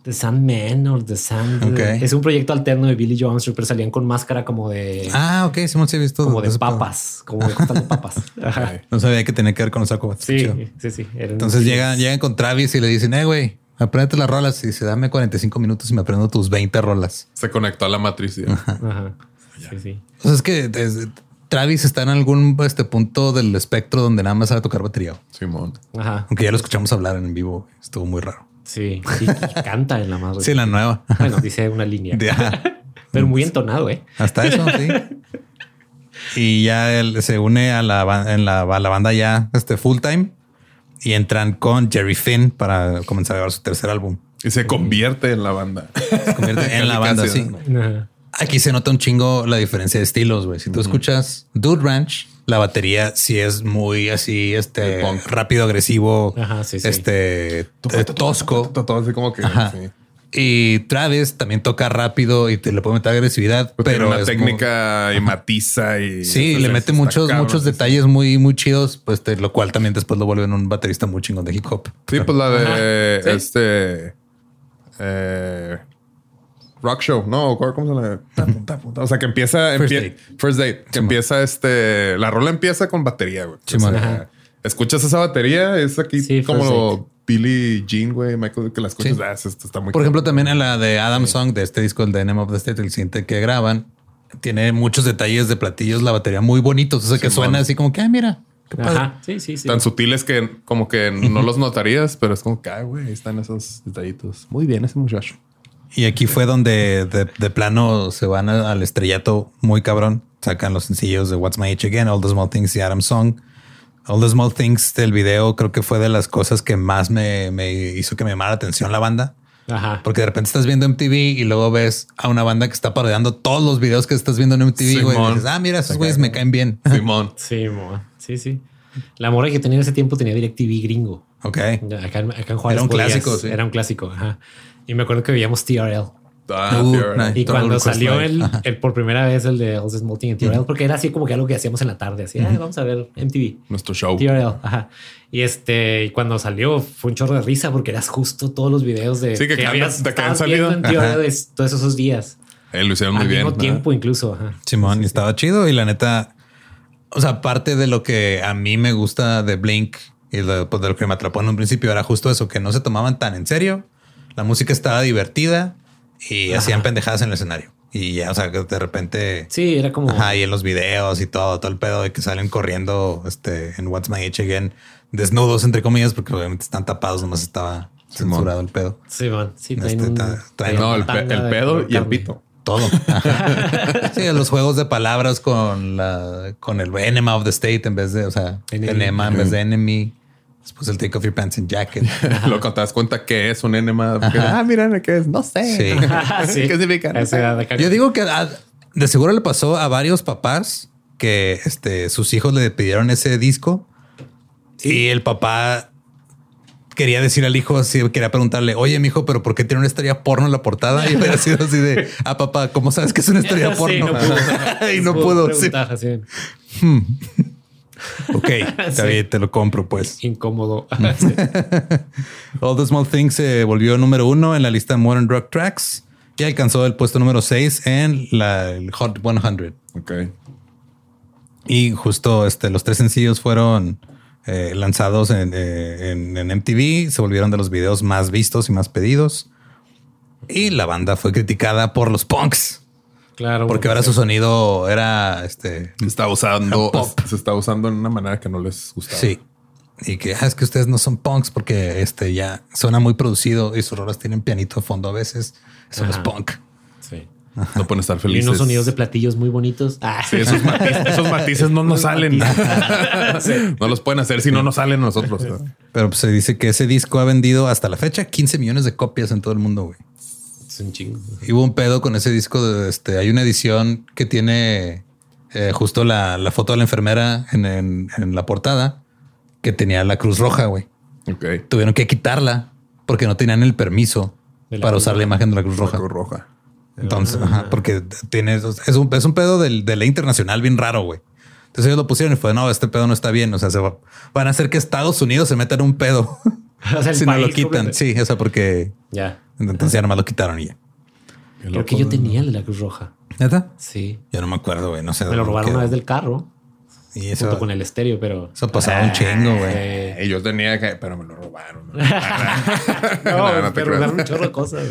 C: The Sandman o The Sand.
A: Ok.
C: Es un proyecto alterno de Billy Joe Armstrong, pero salían con máscara como de,
A: Ah, ok. Simón sí he visto.
C: como de
A: ese pedo.
C: papas, como de cortando papas. Ajá.
A: No sabía que tenía que ver con los Aquabats.
C: Sí,
A: Chido.
C: sí, sí. Era un-
A: Entonces llegan, llegan con Travis y le dicen, eh, güey, aprendete las rolas. Y dice, dame 45 minutos y me aprendo tus 20 rolas.
B: Se conectó a la matriz. ya.
C: Ajá. Sí, sí.
A: O sea, es que es- Travis está en algún este punto del espectro donde nada más sabe tocar batería.
B: Simón.
C: Ajá.
A: Aunque ya lo escuchamos hablar en vivo. Estuvo muy raro.
C: Sí. sí, y canta en la madre.
A: Sí, la nueva.
C: Bueno, dice una línea.
A: Ya.
C: Pero muy entonado, ¿eh?
A: Hasta eso, sí. Y ya él se une a la, ba- en la, a la banda ya este full time y entran con Jerry Finn para comenzar a grabar su tercer álbum.
B: Y se convierte en la banda.
A: Se convierte en la
B: Casi,
A: banda,
B: casi,
A: sí.
B: ¿no?
C: Ajá.
A: Aquí se nota un chingo la diferencia de estilos, güey. Si tú escuchas Dude Ranch, la batería sí es muy así, este
B: El punk.
A: rápido, agresivo,
C: Ajá, sí, sí.
A: este eh, tosco.
B: Todo así como que.
A: Ajá.
B: sí.
A: Y Travis también toca rápido y te le puede meter agresividad,
B: Pues
A: pero
B: tiene una
A: es muy-
B: técnica y matiza y
A: Sí, le mete muchos, muchos
B: detalles.
A: detalles muy, muy chidos, pues este, lo cual también después lo vuelven un baterista muy chingón de hip hop.
B: Sí, pues la de
C: Ajá, sí.
B: este eh, Rock Show, no, ¿cómo se llama? Tapu, tapu, tapu. O sea, que empieza
A: First
B: empie-
A: Date.
B: First Date, que empieza este la rola empieza con batería, güey.
A: Sí,
B: O sea,
A: man.
C: Ajá.
B: escuchas esa batería, es aquí
C: Sí,
B: como
C: First
B: lo
C: Date.
B: Billy Jean, güey, Michael que la escuchas,
A: Sí.
B: ah, esto está muy
A: Por ejemplo, también en la de Adam Song de este disco, el de Name of the State, el siguiente que graban, tiene muchos detalles de platillos, la batería muy bonitos. O sea, que
B: Simón.
A: suena así como que, ah, mira, qué padre.
C: Ajá. Sí, sí, sí.
B: tan sutiles que como que no los notarías, pero es como que, ah, güey, ahí están esos detallitos. Muy bien ese muchacho.
A: Y aquí fue donde de, de plano se van al, al estrellato muy cabrón. Sacan los sencillos de What's My Age Again, All the Small Things y Adam Song. All the Small Things del video creo que fue de las cosas que más me, me hizo que me llamara la atención la banda.
C: Ajá.
A: Porque de repente estás viendo MTV y luego ves a una banda que está parodiando todos los videos que estás viendo en MTV, güey. Y
B: Simón.
A: dices, ah, mira, esos güeyes me caen bien.
B: Simón.
C: Sí, mo. sí, sí. La morra que tenía en ese tiempo tenía DirecTV gringo.
A: ok.
C: Acá, en- acá en Juárez.
A: Era un
C: podías-
A: clásico, sí.
C: Era un clásico. Ajá. Y me acuerdo que veíamos TRL.
B: Ah,
A: Uh,
B: tío,
A: nice.
C: Y
A: Todo
C: cuando
A: el Request
C: salió
A: Live.
C: el,
A: Ajá.
C: el por primera vez el de All the Small Thing en TRL, porque era así como que algo que hacíamos en la tarde, así, "Ah, vamos a ver MTV.
B: Nuestro show.
C: TRL, ajá. Y este, y cuando salió fue un chorro de risa porque eras justo todos los videos de
B: Sí, que cada-
C: habías-
B: de que han
C: estabas viendo en
B: salido.
C: TRL
A: Ajá.
C: es- todos esos días.
B: Eh, lo hicieron muy
C: al
B: bien.
C: mismo tiempo incluso, ajá.
A: Simón, y estaba chido. Y la neta, o sea, parte de lo que a mí me gusta de Blink y lo, pues, de lo que me atrapó en un principio era justo eso, que no se tomaban tan en serio. La música estaba divertida y hacían pendejadas en el escenario. Y ya, o sea, que de repente...
C: Sí, era como
A: Ajá, y en los videos y todo, todo el pedo de que salen corriendo este, en What's My Age Again, desnudos, entre comillas, porque obviamente están tapados, nomás estaba
B: Simón.
A: censurado el pedo.
C: Sí, man. Sí,
A: Este,
C: traen un-
A: ta- traen-
C: traen
B: No, el,
C: una
B: pe-
C: tanga
B: el
C: de
B: pedo
C: color
B: y el
C: carne.
B: pito.
A: Todo. Ajá. sí, los juegos de palabras con la con el enema of the state en vez de, o sea,
C: Enemy.
A: enema en vez de enemy. Después el take off your pants and jacket.
B: Loco, te das cuenta que es un enema. porque, Ah, mira, ¿qué es? No sé.
A: Sí.
C: Ah, sí.
B: ¿Qué significa?
C: A esa edad acá-
A: Yo digo que a- de seguro le pasó a varios papás que este, sus hijos le pidieron ese disco y el papá quería decir al hijo, así, quería preguntarle, oye, mi hijo, pero ¿por qué tiene una estrella porno en la portada? Y hubiera sido así de, ah, papá, ¿cómo sabes que es una estrella
C: Sí,
A: porno?
C: no pudo.
A: y no pudo. sí.
C: preguntar, así,
A: Ok, está
C: Sí.
A: bien, te lo compro, pues.
C: incómodo.
A: All the Small Things se volvió número uno en la lista Modern Rock Tracks y alcanzó el puesto número 6 en la el Hot 100.
B: Ok.
A: Y justo este, los tres sencillos fueron eh, lanzados en, eh, en- en MTV, se volvieron de los videos más vistos y más pedidos. Y la banda fue criticada por los punks,
C: claro.
A: porque ahora su sonido era este.
B: Se está usando.
A: Pop.
B: Se está usando en una manera que no les gustaba.
A: Sí. Y que "Ah, es que ustedes no son punks porque este ya suena muy producido y sus rolas tienen pianito de fondo a veces. Eso no es
C: Ajá.
A: punk.
C: Sí.
B: No pueden estar
C: Y
B: felices.
C: unos sonidos de platillos muy bonitos. Ah,
B: Sí, esos matices, esos matices no nos salen. No los pueden hacer si no nos salen a nosotros.
A: Pero pues, se dice que ese disco ha vendido hasta la fecha 15 millones de copias en todo el mundo, güey.
C: es un chingo.
A: Y Hubo un pedo con ese disco. De, este, hay una edición que tiene eh, justo la, la foto de la enfermera en, en- en la portada que tenía la cruz roja, güey.
B: Ok.
A: Tuvieron que quitarla porque no tenían el permiso
C: De la
A: para
C: cruz Ah.
A: usar la imagen de la cruz roja.
B: Roja. roja.
A: Entonces, ajá, porque tiene es un, es un pedo del- de ley internacional bien raro, güey. Entonces ellos lo pusieron y fue, no, este pedo no está bien. O sea, se va- van a hacer que Estados Unidos se meta en un pedo
C: O sea, el
A: si no lo
C: país
A: quitan.
C: completo.
A: Sí, o sea, porque
C: Ya.
A: entonces ya nomás lo quitaron y ya.
C: Creo que yo tenía el de la Cruz Roja.
A: ¿Neta?
C: Sí.
A: Yo no me acuerdo, güey. No sé.
C: Me lo
A: dónde
C: robaron
A: quedó.
C: una vez del carro
A: Y
C: junto
A: eso,
C: con el estéreo, pero.
A: eso pasaba un chingo, güey.
C: Eh,
B: Eh, yo tenía que, pero me lo robaron.
C: no,
B: No, no te
C: pero
B: creas.
C: robaron un chorro de cosas.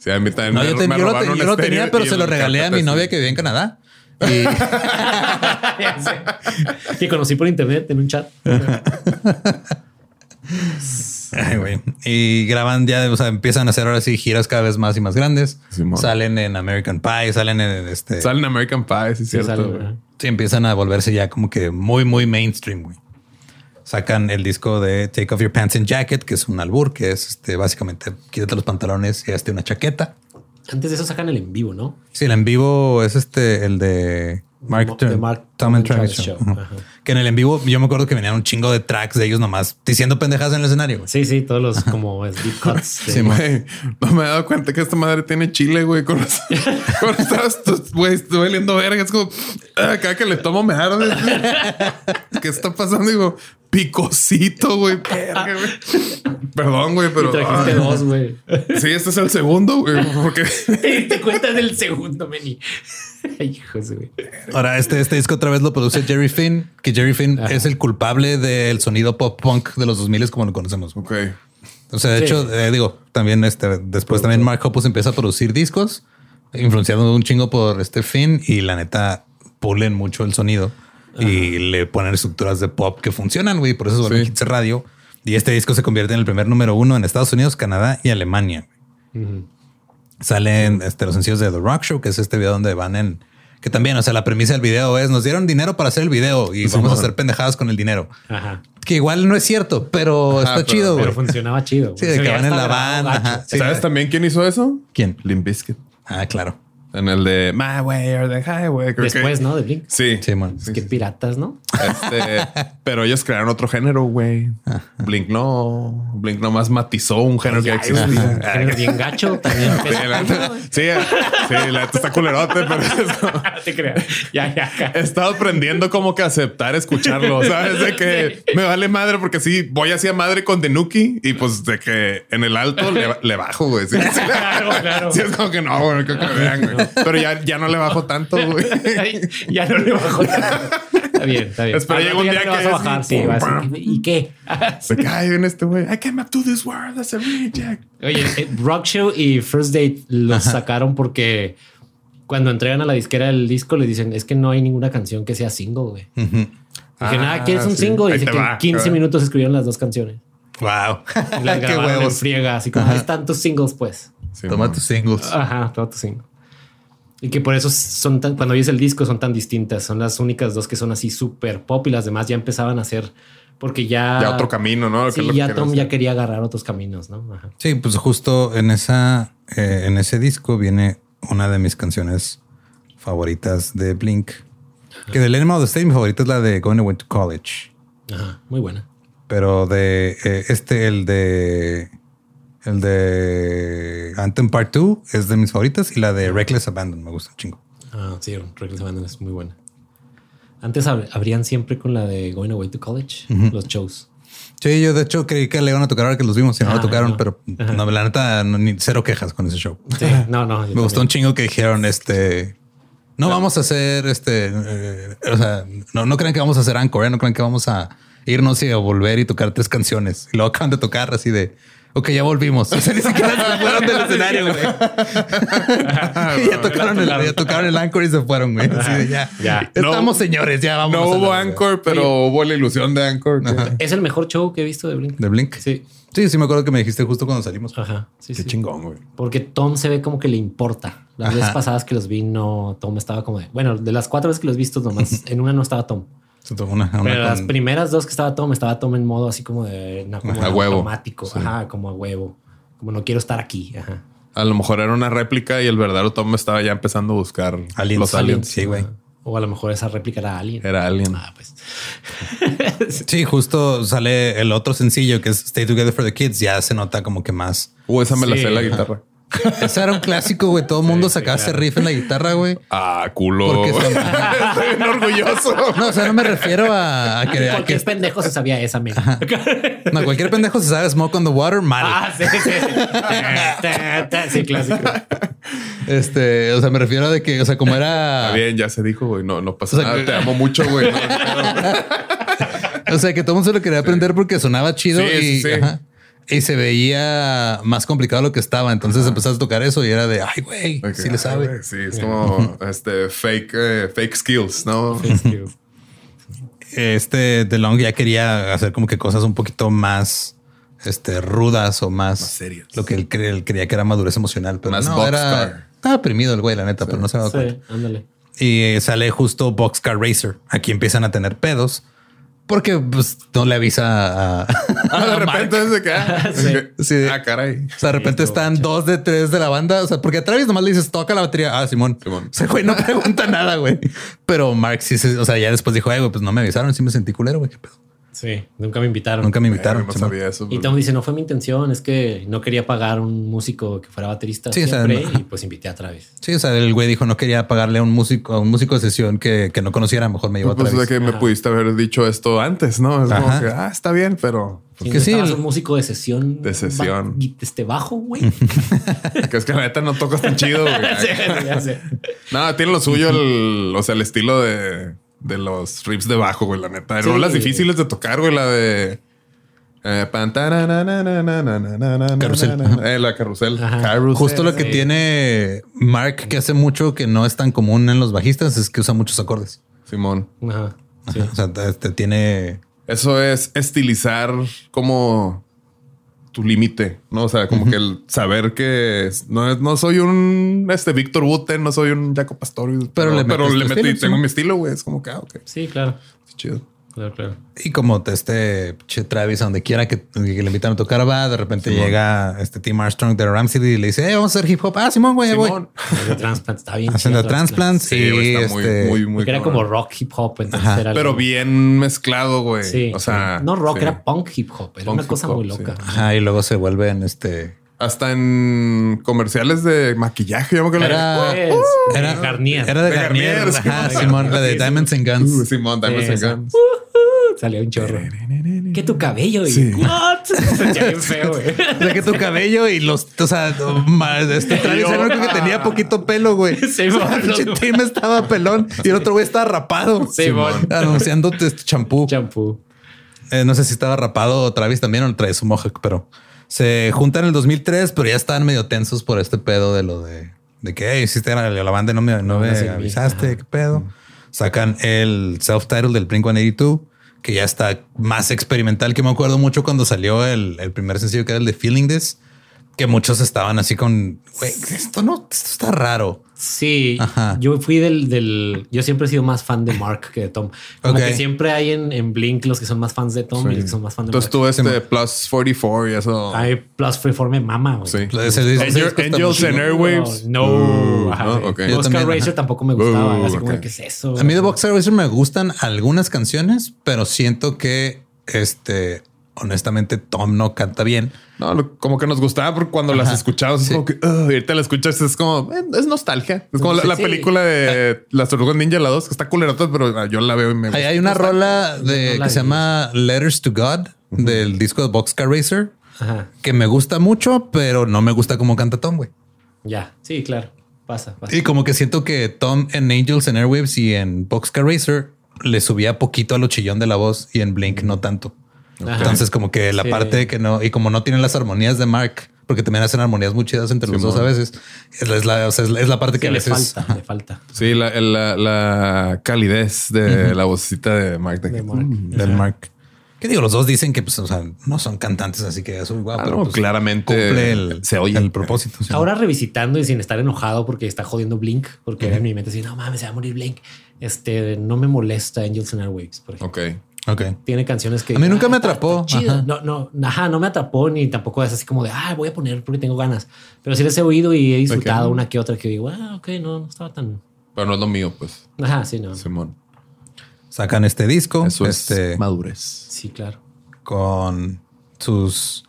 B: Sí, a mí también
A: No,
B: me-
A: yo, te-
B: me
A: yo lo,
B: robaron
A: te-
B: un
A: yo lo
B: estéreo
A: tenía, pero
B: y
A: se
B: el
A: lo regalé a mi
B: catéter.
A: novia que vivía en Canadá. Y
C: Ya sé. que conocí por internet en un chat.
A: Mm. Ay, güey. Y graban ya, o sea, empiezan a hacer ahora sí giras cada vez más y más grandes.
B: Simón.
A: Salen en American Pie, salen en este.
B: Salen American Pie, sí, es
C: Sí,
B: cierto.
C: sale,
B: güey.
C: ¿verdad?
A: sí, empiezan a volverse ya como que muy, muy mainstream, güey. Sacan el disco de Take Off Your Pants and Jacket, que es un albur, que es este, básicamente quítate los pantalones y hazte una chaqueta.
C: Antes de eso sacan el en vivo, ¿no?
A: Sí, el en vivo es este, el de Mark,
C: Mo-
A: Turner,
C: de Mark
A: Tom and
C: Travis
A: Travis Show. Ajá. Que en el en vivo yo me acuerdo que venían un chingo de tracks de ellos nomás diciendo pendejadas en el escenario. güey.
C: Sí, sí, todos los como es deep cuts. de-
A: Sí, mo-
B: Güey, no me he dado cuenta que esta madre tiene chile, güey. Con los, con esas- tus- güey, estoy oliendo verga. Es como, ah, cada que le tomo me arde. ¿Qué está pasando? Digo, picosito, güey. verga, güey. Perdón, güey, pero.
C: Ah, y trajiste
A: Ah.
B: ay,
C: dos, güey.
B: Sí, este es el segundo, güey. Porque
C: Te diste cuenta del segundo, Meni. Hijos, güey.
A: Ahora, este, este disco otra vez lo produce Jerry Finn, que Jerry Finn es el culpable del sonido pop punk de los 2000 como lo conocemos. güey.
B: Ok.
A: O sea, de
C: Sí.
A: hecho, eh, digo, también este, después también Mark Hoppus empieza a producir discos, influenciado un chingo por este Finn y la neta pulen mucho el sonido y le ponen estructuras de pop que funcionan, güey. Por eso son
B: Sí.
A: hits de radio. Y este disco se convierte en el primer número uno en Estados Unidos, Canadá y Alemania. güey. Salen este, los sencillos de The Rock Show, que es este video donde van en. Que también, o sea, la premisa del video es: nos dieron dinero para hacer el video y
B: Sí,
A: vamos
B: mon.
A: a hacer pendejadas con el dinero.
C: Ajá.
A: Que igual no es cierto, pero
B: Ajá,
A: está
B: pero-
A: chido.
C: Pero
A: güey.
C: funcionaba chido. güey.
A: Sí, de
C: Se
A: que
C: veía
A: van en
C: hasta
A: la
C: grabado,
A: banda,
C: gacho.
A: ajá.
C: Sí.
B: ¿Sabes también quién hizo eso?
A: ¿Quién?
B: Limp Bizkit.
A: Ah, claro.
B: En el de My Way or the Highway. creo que-
C: Después, ¿no? De Blink.
B: Sí.
A: Sí, mon.
C: Es que piratas, ¿no?
B: Este, pero ellos crearon otro género, güey. Blink no. Blink nomás matizó un género que
C: Ah. Ay, güey,
B: existía.
C: género bien gacho también.
B: Sí, la neta- sí, sí, la neta está culerote, pero es como-
C: te creas. Ya, ya, ya.
B: he estado aprendiendo como que aceptar escucharlo, ¿sabes? De que me vale madre porque sí, voy hacia madre con The Nuki y pues de que en el alto le, le bajo, güey. Sí, sí.
C: Claro, claro.
B: Sí, es como que no, güey, que- que vean, güey. Pero ya, ya no le bajo tanto, güey.
C: Ay, ya no le bajo. Está bien, está bien.
B: Espera,
C: Al
B: llega
C: rato
B: un
C: ya
B: día
C: no le
B: que
C: vas a
B: es-
C: bajar. Sí, vas a- ¿Y qué?
B: Se cae en este güey. I came up to this world as a reject.
C: Oye, eh, Rock Show y First Date los sacaron porque cuando entregan a la disquera el disco le dicen es que no hay ninguna canción que sea single, güey.
A: Ujú.
C: Dije,
B: Ah,
C: nada, ¿quieres un
B: sí.
C: single?
B: Ahí
C: Y dice
B: te
C: que
B: va,
C: en 15
B: ahí va.
C: minutos escribieron las dos canciones.
A: Wow.
C: Y las
A: Qué
C: grabaron en
A: huevos.
C: friega, así como, ahí están tus singles, pues.
B: Sí,
A: Toma
B: no.
A: tus singles.
C: Ajá, todo tu single. Y que por eso son tan, cuando oyes el disco son tan distintas. Son las únicas dos que son así súper pop y las demás ya empezaban a ser porque ya.
B: Ya otro camino, ¿no? Que
C: Ah. Sí,
B: es lo que
C: ya Tom
B: quieres.
C: ya quería agarrar otros caminos, ¿no? Ajá.
A: Sí, pues justo en esa, eh, en ese disco viene una de mis canciones favoritas de Blink. Que del Enema of the State, mi favorita es la de Going Away to College.
C: Ajá, muy buena.
A: Pero de eh, este, el de el de Anthem Part 2 es de mis favoritas y la de Reckless Abandon me gusta un chingo.
C: Ah, sí, Reckless Abandon es muy buena. Antes ab- abrían siempre con la de Going Away to College, los shows.
A: Sí, yo de hecho creí que le iban a tocar ahora que los vimos y no
C: Ah,
A: lo tocaron,
C: no.
A: pero no, la neta, no, ni cero quejas con ese show.
C: Sí, no, no.
A: Me gustó un chingo que dijeron este. No vamos a hacer este. eh, o sea, no, no crean que vamos a hacer Anchor, ¿eh? no crean que vamos a irnos y a volver y tocar tres canciones. Y luego acaban de tocar así de. Ok, ya volvimos. O sea, ni siquiera se fueron del escenario, güey. Y ya tocaron el, ya tocaron el Anchor y se fueron, güey. Así de ya.
C: Ya.
A: Estamos
B: No-
A: señores, ya vamos.
B: No hubo Anchor, pero hubo la ilusión de Anchor.
C: Es el mejor show que he visto de Blink.
A: ¿De Blink? Sí.
C: Sí.
A: sí, me acuerdo que me dijiste justo cuando salimos.
C: Ajá. Sí,
B: Qué
C: sí.
B: chingón, güey.
C: Porque Tom se ve como que le importa. Las veces pasadas que los vi, no, Tom estaba como de. Bueno, de las cuatro veces que los he visto, nomás en una no estaba Tom.
A: Se tomó una, una
C: Pero las
A: con-
C: primeras dos que estaba Tom, estaba Tom en modo así como de. no, como
B: Ajá, a huevo.
C: Automático. Ajá, como a huevo. Como no quiero estar aquí. Ajá.
B: A lo mejor era una réplica y el verdadero Tom estaba ya empezando a buscar
A: Aliens.
B: los aliens.
A: Sí, güey.
C: O a lo mejor esa réplica era alguien.
B: Era alien.
C: Ah, pues.
A: Sí, justo sale el otro sencillo que es Stay Together for the Kids. Ya se nota como que más.
B: Uh, esa me la
C: Sí.
B: sé la guitarra.
A: Ese era un clásico, güey. Todo el mundo
C: sí,
A: sacaba ese
C: claro.
A: riff en la guitarra, güey.
B: Ah, culo.
A: Porque son- Ah.
B: Estoy bien orgulloso.
A: No, o sea, no me refiero a, a que, a
C: Ah, Cualquier
A: que-
C: pendejo se sabía esa, men.
A: no, cualquier pendejo se sabe Smoke on the Water mal.
C: Ah, sí, sí, sí. Ta, ta, ta, sí, clásico.
A: Este, o sea, me refiero a de que, o sea, como
B: Está
A: era,
B: bien, ya se dijo, güey. No, no pasa
A: O sea,
B: nada.
A: que-
B: Te amo mucho, güey. No, no, no.
A: o sea, que todo el mundo se lo quería aprender porque sonaba chido
B: Sí,
A: y,
B: sí.
A: ajá, y se veía más complicado lo que estaba. Entonces empezaste a tocar eso y era de ay, güey,
B: Ok.
A: sí le
B: Ah,
A: sabe.
B: güey, Sí, es como este fake, eh, fake skills, ¿no?
A: Este The Long ya quería hacer como que cosas un poquito más este rudas o más,
B: Más serias.
A: Lo que él, cre- él creía que era madurez emocional, pero
B: Más
A: no
B: Boxcar.
A: era. Estaba deprimido el güey, la neta, pero no se daba cuenta.
C: Sí, ándale.
A: y eh, sale justo Boxcar Racer. Aquí empiezan a tener pedos porque pues, no le avisa a.
B: Ah, de
A: a Mark.
B: repente es de que, ah,
C: Sí.
A: Sí.
B: ah, caray.
A: O sea, de repente están dos de tres de la banda. O sea, porque a Travis nomás le dices toca la batería. Ah, Simón.
B: Simón.
A: O sea, güey, no pregunta nada, güey. Pero Mark sí, se- o sea, ya después dijo, "Ay, güey, pues no me avisaron. Sí me sentí culero, güey. qué pedo".
C: Sí, nunca me invitaron.
A: Nunca me
B: Claro,
A: invitaron.
B: Eh, no
A: Simón.
B: sabía eso.
C: Y
B: pero-
C: Tom dice, no fue mi intención, es que no quería pagar un músico que fuera baterista
A: Sí, o sea,
C: siempre
A: no.
C: y pues invité a Travis.
A: Sí, o sea, el güey dijo no quería pagarle a un músico, a un músico de sesión que, que no conociera. Mejor me llevó a
B: Pues de
A: Travis.
B: que me pudiste haber dicho esto antes, ¿no? Es como
A: Ajá.
B: que, ah, está bien, pero
A: Que
C: Si
A: sí,
C: necesitabas
A: el-
C: un músico de sesión.
B: De sesión.
C: ba- y- Este bajo, güey.
B: que es que la neta no tocas tan chido. güey.
C: Sí, ya sé.
B: No, tiene lo suyo, el, o sea, el estilo de, de los riffs de bajo, güey, la neta. Hay
C: Sí.
B: rolas difíciles de tocar, güey, la de... Eh, pan, tarananananananananananana.
A: Carrusel.
B: Eh, la carrusel.
C: Ajá.
B: Carrusel.
A: Justo lo que tiene Mark, que hace mucho que no es tan común en los bajistas, es que usa muchos acordes.
B: Simón.
C: Ajá, sí.
A: O sea, este, tiene
B: Eso es estilizar como tu límite, ¿no? O sea, como que el saber que es- no, es- no soy un este Víctor Buten, no soy un Jaco Pastor,
A: Pero le
B: pero
A: metes tu
B: le metí,
A: estilo,
B: tengo
A: sí.
B: mi estilo, güey. Es como que, ah, ok,
C: Sí, claro.
B: chido.
C: Claro, claro.
A: Y como te- este che Travis, a donde quiera que, que le invitan a tocar, va. De repente llega este Tim Armstrong de Ramsey y le dice, eh, vamos a hacer hip hop. Ah, Simón, güey, ahí voy.
B: Simón.
C: El de Transplant está bien.
A: Haciendo
C: chido,
A: transplants.
B: Sí, güey,
A: y
B: está muy,
A: este,
B: muy, muy
C: Porque era
B: cabrón.
C: como rock hip hop. Entonces
A: Ajá.
C: era
B: Pero
C: algo-
B: bien mezclado, güey.
C: Sí,
B: o sea,
C: sí. no rock,
B: sí.
C: era punk hip hop. Era
B: Punk
C: una
B: hip
C: cosa
B: hop,
C: muy
B: sí.
C: loca.
A: Ajá, y luego se vuelven este.
B: hasta en comerciales de maquillaje. Yo me acuerdo
A: Era-
C: Pues,
A: Era
C: de Garnier.
A: Era de
B: De
A: Garnier.
B: Garnier,
A: Ajá,
B: Simón.
A: Simón, la de Diamonds and
B: Uh,
A: Guns.
B: Simón, Diamonds
C: Sí,
B: and Guns.
C: Salía un chorro. Que tu cabello y
B: Sí.
C: what? Se sentía bien feo, güey.
A: O sea, que tu cabello y los, o sea, no mames, este Travis
B: Yo-
A: Simon creo que tenía poquito pelo, güey. O
C: Sí,
A: sea,
C: bueno,
A: pinche
C: güey.
A: Tim estaba pelón y el otro güey estaba rapado.
C: Simón.
A: Anunciándote este champú.
C: Champú.
A: Eh, no sé si estaba rapado Travis también o trae su mohawk, pero se juntan en el 2003, pero ya estaban medio tensos por este pedo de lo de, de que hey, hiciste la, la banda y no me, no
C: No,
A: me
C: no sirviste,
A: avisaste,
C: ajá.
A: qué pedo. Sacan el self-title del Blink 182, que ya está más experimental, que me acuerdo mucho cuando salió el, el primer sencillo que era el de Feeling This, que muchos estaban así con, güey, esto no, esto está raro.
C: Sí,
A: Ajá.
C: yo fui del, del. Yo siempre he sido más fan de Mark que de Tom. Como
A: Ok.
C: que siempre hay en, en Blink los que son más fans de Tom y los que son más fans de
B: Entonces
C: Mark.
B: tú este plus 44 y eso.
C: Ay, Plus Freeform me mama, güey.
B: Sí.
A: Ese disco
B: Angel-
A: está
B: Angels
A: muy
B: and
A: chido.
B: Airwaves.
C: No,
B: Uh,
C: ajá,
B: no,
C: sí.
B: ok.
A: Yo
C: Oscar
A: también,
C: Racer
A: ajá.
C: tampoco me gustaba.
B: Uh,
C: así como,
B: ok.
C: ¿qué es eso?
A: A mí de Boxer Racer me gustan algunas canciones, pero siento que este, honestamente, Tom no canta bien.
B: No, lo- como que nos gustaba porque cuando las
A: Ajá.
B: escuchabas, es
A: Sí.
B: como que "Ugh", y ahorita la escuchas, es como eh, es nostalgia. Es como la, la
C: Sí. Ah.
B: película de las tortugas ninja, la 2, que está culerota, pero ah, yo la veo y me gusta.
A: Hay, hay una rola de,
C: rola
A: que se
C: de-
A: llama Letters to God del disco de Boxcar Racer
C: Ajá,
A: que me gusta mucho, pero no me gusta cómo canta Tom, güey.
C: ya. Sí, claro. Pasa, pasa.
A: Y como que siento que Tom en Angels and Airwaves y en Boxcar Racer le subía poquito a lo chillón de la voz y en Blink no tanto.
C: Ajá.
A: Entonces, como que la
C: Sí.
A: parte que no, y como no tienen las armonías de Mark, porque también hacen armonías muy chidas entre los
B: Simón.
A: dos a veces, es la, es la- o sea, es la- es la parte
C: Sí,
A: que a
C: le
A: veces
C: falta, le falta.
B: Sí, la, la, la calidez de la vocecita de Mark. Mm,
C: De Mark.
A: del Mark. ¿Qué digo? Los dos dicen que pues, o sea, no son cantantes, así que eso igual.
B: Ah, no, claramente
A: cumple el,
B: se oye.
A: el propósito. sí.
C: Ahora revisitando y sin estar enojado porque está jodiendo Blink, porque era en mi mente así, no mames, se va a morir Blink. Este, no me molesta Angels and Airwaves, por ejemplo.
B: Ok.
A: Ok.
C: Tiene canciones que...
A: A mí
C: digo,
A: nunca
C: "Ah,
A: me
C: está-
A: atrapó".
C: está chido".
A: Ajá.
C: No, no, ajá, no me atrapó ni tampoco es así como de, ah, voy a poner porque tengo ganas. Pero sí les he oído y he disfrutado
B: Ok.
C: una que otra que digo, ah, ok, no, no estaba tan...
B: Pero no es lo mío, pues.
C: Ajá, sí, no.
B: Simón.
A: Sacan este disco
B: Eso
A: este,
B: es madurez.
C: Sí, claro.
A: con sus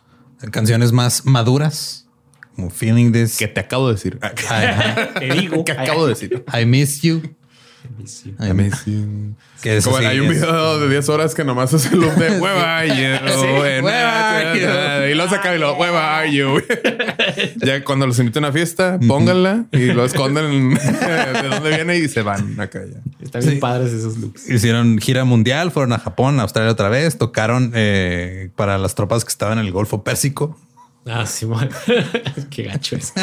A: canciones más maduras, como Feeling This,
B: Que te acabo de decir.
A: I, I-
C: Te digo.
B: que acabo de decir.
A: I Miss You.
C: Sí.
A: I Miss- que es
B: Como
A: así,
B: hay un
A: es-
B: video de 10 horas que nomás es el loop de hueva you, eh,
A: hueva,
B: na,
A: you.
B: na, na, y lo saca y lo hueva you. ya cuando los invitan a una fiesta, pónganla y lo esconden de dónde viene y se van acá ya.
C: Están bien
A: Sí.
C: padres esos looks.
A: Hicieron gira mundial, fueron a Japón, a Australia otra vez, tocaron eh, para las tropas que estaban en el Golfo Pérsico
C: Ah, sí, qué gacho es.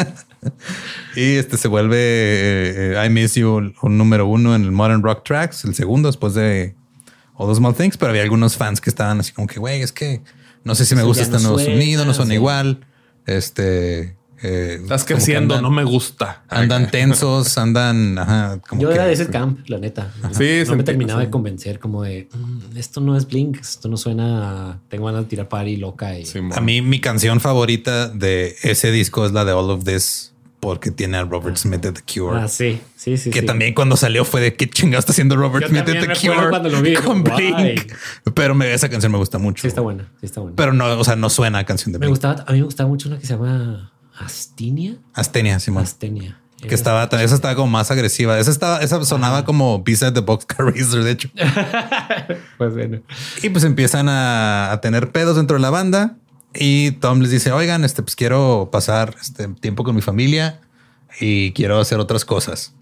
A: y este se vuelve eh, eh, I Miss You un número uno en el Modern Rock Tracks, el segundo después de All Those Small Things, pero había algunos fans que estaban así como que, güey, es que no sé si me
C: Eso
A: gusta
C: ya
A: este
C: no
A: nuevo
C: suena,
A: sonido, no suena
C: sí.
A: igual, este... eh, como
B: Estás
A: que
B: creciendo,
A: andan-
B: no me gusta.
A: Andan tensos, andan... Ajá, como
C: Yo
A: que-
C: era de ese camp, la neta.
B: Sí,
C: no me
B: sentí-
C: terminaba
B: sí.
C: de convencer como de "Mm, esto no es Blink, esto no suena, a- tengo ganas de tirar party loca y Ah,
B: Simón.
A: A mí mi canción favorita de ese disco es la de All of This porque tiene a Robert Smith de The Cure.
C: ah, sí, sí, sí,
A: que
C: sí.
A: también cuando salió fue de qué chingado está haciendo Robert
C: Yo
A: Smith de
C: también
A: The
C: me acuerdo
A: Cure
C: cuando lo vi,
A: con
C: como,
A: Blink. Pero me, esa canción me gusta mucho.
C: sí está buena, sí está buena.
A: Pero no, o sea, no suena a canción de
C: me
A: Blink.
C: gustaba, a mí me gustaba mucho una que se llama Astinia,
A: Astenia, Simón.
C: Astenia.
A: que estaba, esa estaba como más agresiva. Esa estaba, esa sonaba como Pizza de Boxcar Racer, de hecho.
C: pues bueno,
A: Y pues empiezan a, a tener pedos dentro de la banda. Y Tom les dice, oigan, este, pues quiero pasar este tiempo con mi familia y quiero hacer otras cosas.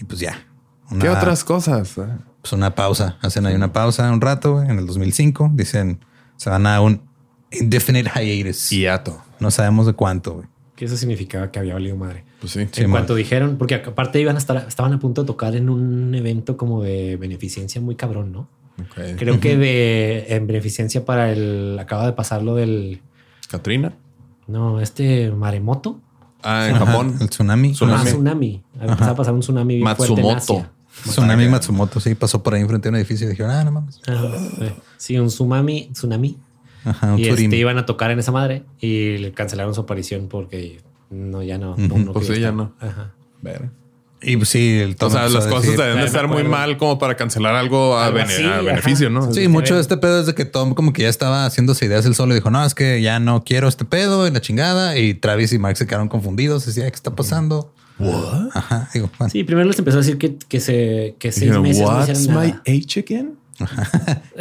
A: Y pues ya. Una,
B: ¿Qué otras cosas? Ah,
A: Pues una pausa. Hacen ahí una pausa un rato güey, en el 2005. Dicen, se van a un indefinite hiatus.
B: Hiato.
A: No sabemos de cuánto. güey.
C: que eso significaba que había valido madre.
B: Pues sí.
A: Sí,
C: en
A: man.
C: cuanto dijeron, porque aparte iban a estar, estaban a punto de tocar en un evento como de beneficencia muy cabrón, ¿no?
B: Ok.
C: Creo que de en beneficencia para el acaba de pasar lo del
B: Katrina.
C: No, este maremoto.
B: Ah, en Japón.
A: El tsunami.
B: Tsunami.
C: Ah, tsunami. Empezaba a pasar un tsunami bien fuerte en
B: Matsumoto.
C: Asia.
A: Tsunami Matsumoto, sí, pasó por ahí enfrente de un edificio y dijeron, ah, no mames.
C: Ah, sí, un tsunami. Tsunami.
B: Ah,
A: Ajá, un
C: Y
A: tsurimi.
C: este, iban a tocar en esa madre y le cancelaron su aparición porque no, ya no. no, no
B: Pues
C: quería
B: sí, ya no.
C: estar. Ajá.
B: Ver.
A: Y pues, sí, el
B: O
A: tono
B: sea,
A: empezó
B: las
A: a
B: cosas
A: decir-
B: deben de
C: Ah,
B: estar
C: me
B: muy
C: acuerdo.
B: mal como para cancelar algo a,
C: Algo
B: bene-
C: así,
B: a
C: ajá.
B: beneficio, ¿no?
A: Sí, mucho de este pedo es de que Tom como que ya estaba haciéndose ideas él solo y dijo, no, es que ya no quiero este pedo y la chingada. Y Travis y Mark se quedaron confundidos. Decía, ¿qué está pasando? Ajá, digo, bueno,
C: Sí, primero les empezó a decir que, que, se, que seis
B: Dijeron,
C: meses no
B: What's
C: hicieron
B: my
C: nada.
B: age again?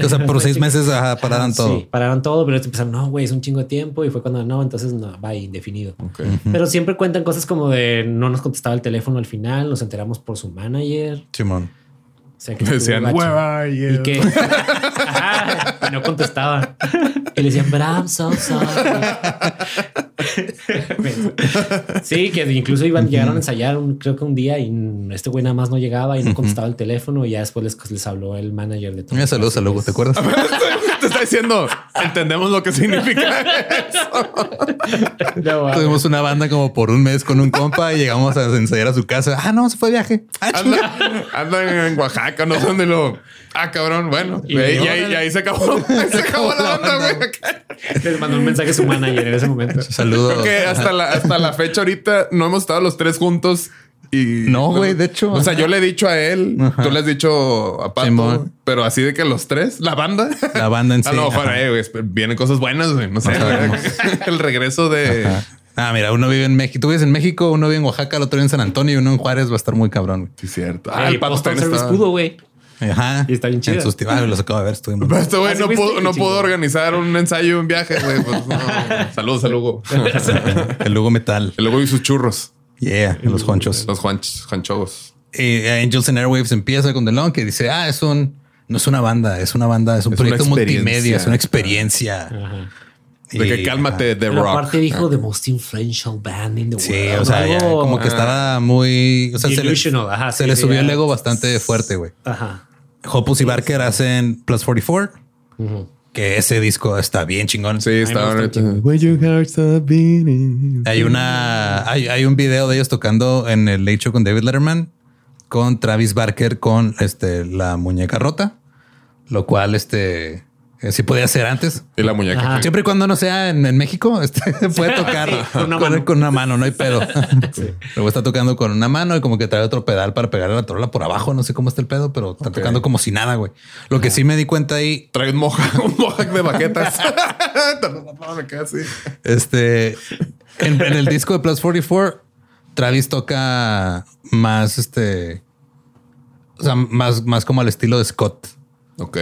A: o sea, por seis meses ajá, pararon
C: Ah,
A: todo.
C: Sí, pararon todo, pero empezaron, no, güey, es un chingo de tiempo. Y fue cuando no, entonces no, va indefinido.
B: Ok.
C: Pero siempre cuentan cosas como de no nos contestaba el teléfono al final, nos enteramos por su manager.
A: Simón.
C: O sea, que
B: Le decían,
C: estuvo
B: where
C: gacho.
B: are you?
C: Y que Ajá, y no contestaba. Y le decían, but I'm so sorry. sí, que incluso iban, llegaron a ensayar un- creo que un día y este güey nada más no llegaba y no contestaba el teléfono. Y ya después les, les habló el manager de todo.
A: Ya saludos a Lugo, ¿te acuerdas?
B: Te está diciendo, entendemos lo que significa.
C: No, ah,
A: Tuvimos una banda como por un mes con un compa y llegamos a ensayar a su casa. Ah, no, se fue de viaje. Ah, chinga.
B: Anda, anda en Oaxaca, no sé dónde lo. Ah, cabrón. Bueno, y,
C: Y
B: ahí- y
C: ahora-
B: ahí, y ahí se acabó. Se acabó la banda, güey.
C: les mandó un mensaje a su manager en ese momento.
A: Saludos.
B: Creo que hasta la, hasta la fecha ahorita no hemos estado los tres juntos. Y
A: No, güey, de hecho,
B: O sea,
A: ajá.
B: yo le he dicho a él,
A: Ajá.
B: tú le has dicho a Pato,
A: Simón.
B: pero así de que los tres, la banda.
A: La banda en sí.
B: a lo mejor
A: ajá.
B: eh, güey, esp- vienen cosas buenas, güey. No sé.
A: No sabemos.
B: el regreso de.
A: Ajá. Ah, mira, uno vive en México. Tú vives en México, uno vive en Oaxaca, el otro vive en San Antonio y uno en Juárez. Va a estar muy cabrón. güey.
B: Sí, cierto. Ah,
C: Ah,
B: el Pato también estaba-
C: pudo, güey.
A: Ajá.
C: Y está bien chido.
A: En sus- Ah, los acabo de ver. Estuve muy-
B: Pero Este güey
C: Ah, sí
B: no
C: fuiste,
B: pudo,
C: qué
B: no pudo
C: chingón.
B: organizar un ensayo, un viaje, güey. Pues, no. Saludos al Hugo.
A: El Lugo Metal.
B: El Hugo y sus churros.
A: Yeah, los honchos.
B: Los Juanch- Juanchogos.
A: Eh, Angels and Airwaves empieza con The Long que dice, ah, es un... No es una banda, es una banda, es un
B: Es una
A: proyecto
B: experiencia.
A: multimedia, es una experiencia.
C: Ajá.
B: De que
A: Y-
B: cálmate, The
C: Pero
B: Rock.
C: aparte dijo The Most Influential Band in the
A: Sí,
C: World.
A: o sea, ya
C: Algo-
A: como que estaba muy... O sea, se le,
C: Delusional, ajá,
A: se
C: sí,
A: le
C: sí,
A: subió
C: ya.
A: el ego bastante fuerte, güey.
C: Ajá.
A: Hopus y Barker hacen Plus 44,
C: Ujú.
A: que ese disco está bien chingón.
B: Sí, estaba.
C: gusta un
B: Where your hearts are beating.
A: Hay una, hay, hay un video de ellos tocando en el Late Show con David Letterman, con Travis Barker con este la muñeca rota, lo cual este eh, sí podía hacer antes.
B: Y la muñeca.
C: Ajá.
A: Siempre y cuando no sea en, en México, este, puede tocar
C: sí, con una
A: con,
C: mano.
A: con una mano, no hay pedo. Luego está tocando con una mano y como que trae otro pedal para pegarle la trola por abajo. No sé cómo está el pedo, pero está
B: Ok.
A: tocando como si nada, güey. Lo que sí me di cuenta ahí
B: Trae un moja, un mojac de baquetas. Me queda así.
A: Este, en, en el disco de Plus 44, Travis toca más este, o sea, más, más como al estilo de Scott.
B: Ok.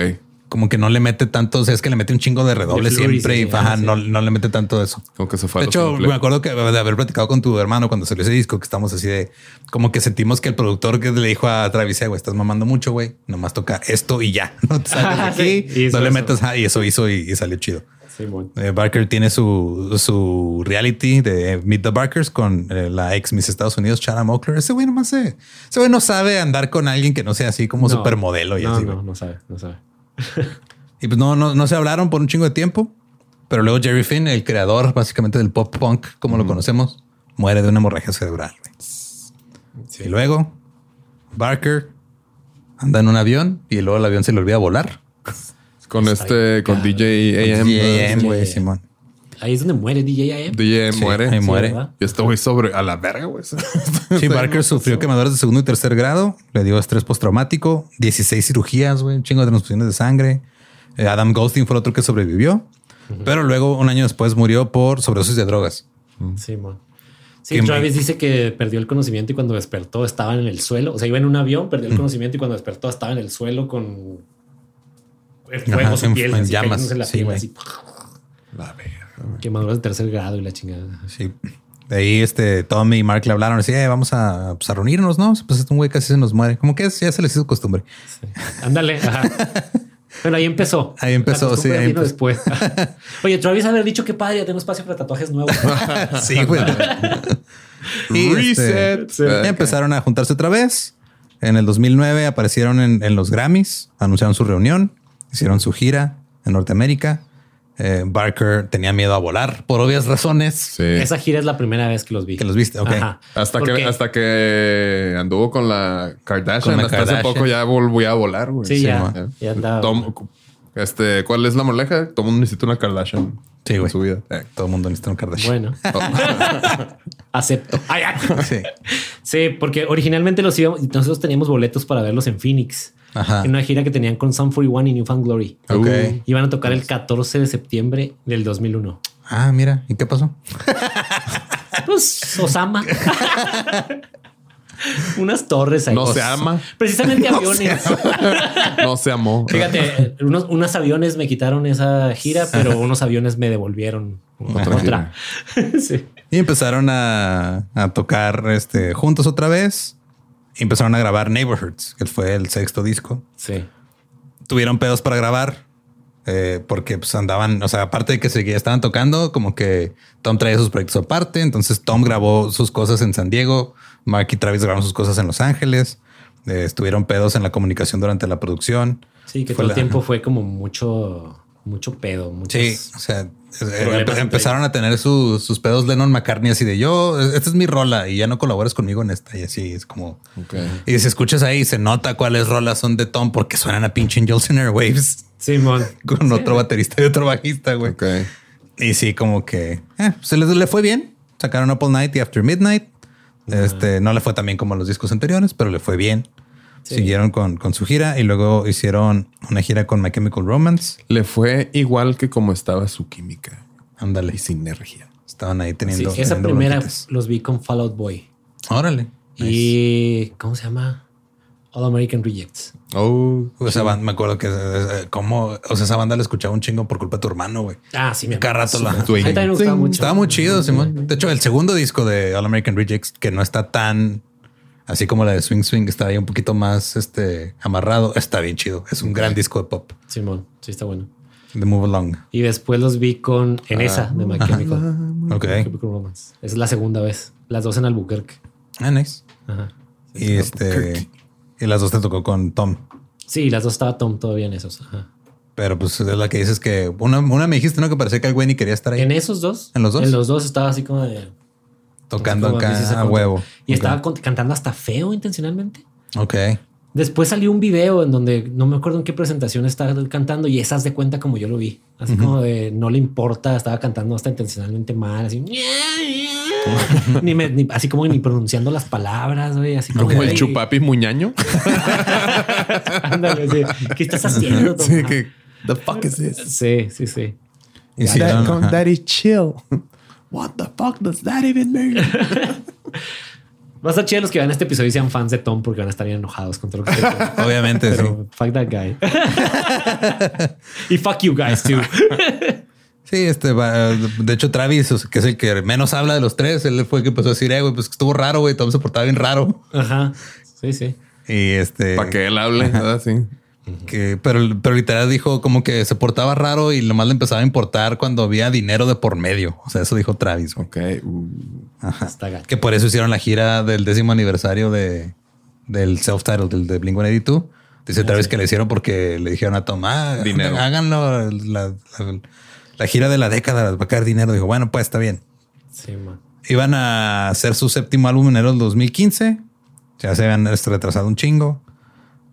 A: Como que no le mete tanto, o sea, es que le mete un chingo de redoble
C: De flurries,
A: siempre y
C: sí,
A: ajá,
C: ah, sí.
A: no, no le mete tanto de eso.
B: Como que se fue
A: De
B: a lo
A: hecho,
B: simple.
A: me acuerdo que de haber platicado con tu hermano cuando salió ese disco, que estamos así de como que sentimos que el productor que le dijo a Travis, "Eh, güey, estás mamando mucho, güey, nomás toca esto y ya, no te salgas de aquí,
C: Sí, hizo
A: no le
C: eso.
A: metas, ajá", y eso hizo y- y salió chido.
C: Sí, bueno.
A: Eh, Barker tiene su, su reality de Meet the Barkers con eh, la ex Miss Estados Unidos, Chara Mokler. Ese güey nomás se, ese güey no sabe andar con alguien que no sea así como
C: No.
A: supermodelo y
C: no,
A: así.
C: No,
A: güey.
C: no sabe, no sabe.
A: Y pues no, no, no se hablaron por un chingo de tiempo. Pero luego Jerry Finn, el creador básicamente del pop punk, como lo conocemos, muere de una hemorragia cerebral. güey. Y luego Barker anda en un avión y luego el avión se le olvida volar.
B: Con este, con DJ AM.
A: Y,
B: ¿no?
A: güey, Simón.
C: Ahí es donde muere DJIM.
B: DJ AM
A: Sí,
B: muere.
A: ahí muere.
C: ¿verdad?
B: Y este güey sobre a la verga, güey.
A: Sí, Barker sufrió quemaduras de segundo y tercer grado, le dio estrés postraumático, 16 cirugías, güey, un chingo de transfusiones de sangre. Eh, Adam Goldstein fue el otro que sobrevivió, pero luego un año después murió por sobredosis de drogas.
C: Sí, mon. Sí,
A: Que me-
C: Travis dice que perdió el conocimiento y cuando despertó estaba en el suelo. O sea, iba en un avión, perdió
A: Mm.
C: el conocimiento y cuando despertó estaba en el suelo con el fuego,
A: Ajá,
C: su
A: en-
C: piel,
A: en
C: así,
A: llamas.
C: pegándose en la
A: Sí,
C: piel,
A: güey.
C: así,
B: La verga.
C: quemaduras de tercer grado y la chingada.
A: Sí. De ahí este Tommy y Mark le hablaron así, "Eh, vamos a, pues, a reunirnos, ¿no? Pues este güey casi se nos muere. Como que es- ya se les hizo costumbre.
C: Sí. Ándale. ajá. Pero ahí empezó.
A: Ahí empezó,
C: La costumbre
A: sí, ahí
C: vino
A: empezó.
C: después. Oye, Travis haber dicho que padre, ya tengo espacio para tatuajes nuevos.
A: sí, güey. Y, este,
B: Reset.
C: Sí.
B: Ah,
A: Empezaron a juntarse otra vez. En el 2009 aparecieron en, en los Grammys, anunciaron su reunión, hicieron su gira en Norteamérica. eh, Barker tenía miedo a volar por obvias razones.
B: Sí.
C: Esa gira es la primera vez que los vi.
A: Que los viste, ok.
C: Ajá.
B: Hasta
C: Porque-
B: que, hasta que anduvo con la Kardashian,
A: Con la
B: hasta
A: Kardashian.
B: hace poco ya volví a volar, güey.
C: Sí,
A: Sí,
C: ya,
B: ma.
C: ya andaba.
B: Tom- este, ¿cuál es la moraleja? Todo mundo necesita una Kardashian
A: Sí,
B: en
A: güey.
B: su vida.
A: Eh, Todo el mundo necesita un Kardashian.
C: Bueno, acepto. Ay, ay.
A: Sí.
C: Sí, porque originalmente los íbamos, nosotros teníamos boletos para verlos en Phoenix,
A: Ajá.
C: en una gira que tenían con Sun 41 y New Found Glory.
A: Ok.
B: Uh.
C: Iban a tocar el 14 de septiembre del 2001.
A: Ah, mira. ¿Y qué pasó?
C: Pues Osama. Unas torres ahí.
B: No se
C: Os-
B: ama.
C: Precisamente aviones.
B: No se amó.
C: Fíjate, unos, unos aviones me quitaron esa gira, pero unos aviones me devolvieron
B: Otra
C: otra. Sí.
A: Y empezaron a, a tocar este, juntos otra vez. Y empezaron a grabar Neighborhoods, que fue el sexto disco.
C: Sí.
A: Tuvieron pedos para grabar. eh, porque pues andaban, o sea, aparte de que seguía, estaban tocando, como que Tom traía sus proyectos aparte. Entonces Tom grabó sus cosas en San Diego. Mark y Travis grabaron sus cosas en Los Ángeles. eh, estuvieron pedos en la comunicación durante la producción.
C: Sí, que
A: Fue
C: todo el
A: la-
C: tiempo fue como mucho, mucho pedo. muchos-
A: Sí, o sea, eh,
C: Problemas
A: empe-
C: entre
A: empezaron a tener su- sus pedos Lennon McCartney así de yo, esta es mi rola y ya no colabores conmigo en esta y así es como...
B: Ok.
A: Y si escuchas ahí, se nota cuáles rolas son de Tom porque suenan a pinche Angels in Airwaves
C: Simón.
A: con otro baterista y otro bajista, güey.
B: Ok.
A: Y sí, como que eh, se les le fue bien. Sacaron Apple Night y After Midnight. Este no le fue tan bien como a los discos anteriores, pero le fue bien.
C: Sí.
A: Siguieron con, con su gira y luego hicieron una gira con My Chemical Romance.
B: Le fue igual que como estaba su química
A: Ándale.
B: y sinergia.
A: Estaban ahí
C: Sí,
A: teniendo.
C: esa
A: teniendo
C: primera
A: bronquitas.
C: los vi con Fallout Boy.
A: Órale. Nice.
C: Y ¿cómo se llama? All American Rejects.
B: Oh,
A: Esa banda- me acuerdo que eh, eh, como, o sea, esa banda la escuchaba un chingo por culpa de tu hermano, güey.
C: Ah, sí, me
A: Cada rato la-
C: A mí también me gustaba mucho.
A: Estaba muy chido, Simón. De hecho, el segundo disco de All American Rejects, que no está tan así como la de Swing Swing, está ahí un poquito más este amarrado, está bien chido. Es un gran disco de pop.
C: Simón, sí está bueno.
A: The Move Along.
C: Y después los vi con en esa
A: Ah.
C: de My Chemical,
A: Ok.
C: My Chemical Romance. Esa es la segunda vez. Las dos en Albuquerque.
A: Ah, nice.
C: Ajá.
A: Y este. Y las dos te tocó con Tom.
C: Sí, las dos estaba Tom todavía en esos. Ajá.
A: Pero pues es la que dices que una, una me dijiste, ¿no? Que parecía que el güey ni quería estar ahí
C: En esos dos.
A: ¿En los dos?
C: En los dos estaba así como de. pues,
A: tocando
C: como
A: acá
C: dices,
A: a
C: con-
A: huevo.
C: Y estaba con- cantando hasta feo intencionalmente.
A: Ok.
C: Después salió un video en donde no me acuerdo en qué presentación estaba él cantando y esas de cuenta como yo lo vi. Así como de no le importa, estaba cantando hasta intencionalmente mal, así. ni me- ni- así como ni pronunciando las palabras, güey. Así como,
B: como el
C: "Ey,
B: chupapi muñaño.
C: ándale, sí. ¿Qué estás haciendo? Tom?
B: sí, que. The fuck is this?
C: sí, sí, sí.
A: Hicieron, ajá.
B: is chill. What the fuck does that even mean?
C: Va a estar chido los que vean este episodio y sean fans de Tom porque van a estar bien enojados con todo lo que estoy diciendo.
A: Obviamente, sí.
C: Pero fuck that guy. y fuck you guys too.
A: Sí, este, va- de hecho, Travis, o sea, que es el que menos habla de los tres, él fue el que empezó a decir, eh, güey, pues que estuvo raro, güey, Tom se portaba bien raro.
C: Ajá. Sí, sí.
A: Y este,
B: Para que él hable, ¿verdad? Sí.
A: que- pero, pero literal dijo como que se portaba raro y lo más le empezaba a importar cuando había dinero de por medio. O sea, eso dijo Travis, güey.
B: Ok. uh,
C: Está gacho.
A: Que por eso hicieron la gira del décimo aniversario de, del self-title, del de Blink 182. Dice Travis que le hicieron porque le dijeron a Tom, ah,
B: Dinero.
A: háganlo la, la- la gira de la década, va a caer dinero. Dijo, bueno, pues está bien.
C: Sí, man.
A: Iban a hacer su séptimo álbum en el 2015. Ya se habían este, retrasado un chingo.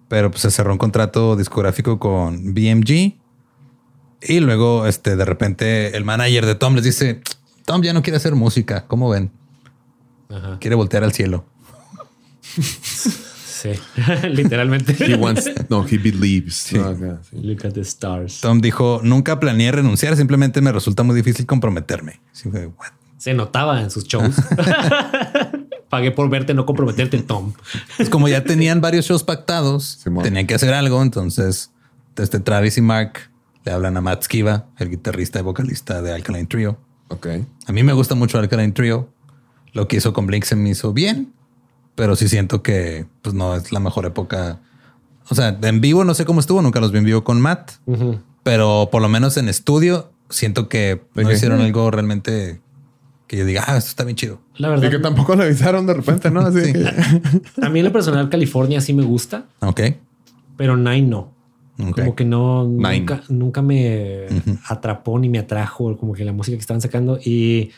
A: Pero pues se cerró un contrato discográfico con BMG. Y luego, este, de repente, el manager de Tom les dice: Tom ya no quiere hacer música. ¿Cómo ven?
C: Ajá.
A: Quiere voltear al cielo.
C: Sí. Literalmente.
B: He wants. No, he believes. No, acá, sí.
C: Look at the stars.
A: Tom dijo: Nunca planeé renunciar. Simplemente me resulta muy difícil comprometerme. Así fue, "What?".
C: Se notaba en sus shows. Pagué por verte, no comprometerte, Tom.
A: Pues como ya tenían varios shows pactados,
B: Simón.
A: tenían que hacer algo. Entonces, este Travis y Mark le hablan a Matt Skiba, el guitarrista y vocalista de Alkaline Trio.
B: Ok.
A: A mí me gusta mucho Alkaline Trio. Lo que hizo con Blink se me hizo bien, pero sí siento que pues no es la mejor época. O sea, en vivo no sé cómo estuvo, nunca los vi en vivo con Matt, pero por lo menos en estudio siento que no
B: Ok.
A: hicieron algo realmente que yo diga, ah, esto está bien chido.
C: La
B: Y que
C: verdad,
B: tampoco le avisaron de repente, ¿no? Así
A: Sí.
B: que-
C: a mí en lo personal California sí me gusta,
A: Ok.
C: pero Nine no.
A: Ok.
C: Como que no,
B: Nine.
C: nunca, nunca me
A: Ujú.
C: atrapó ni me atrajo, como que la música que estaban sacando. Y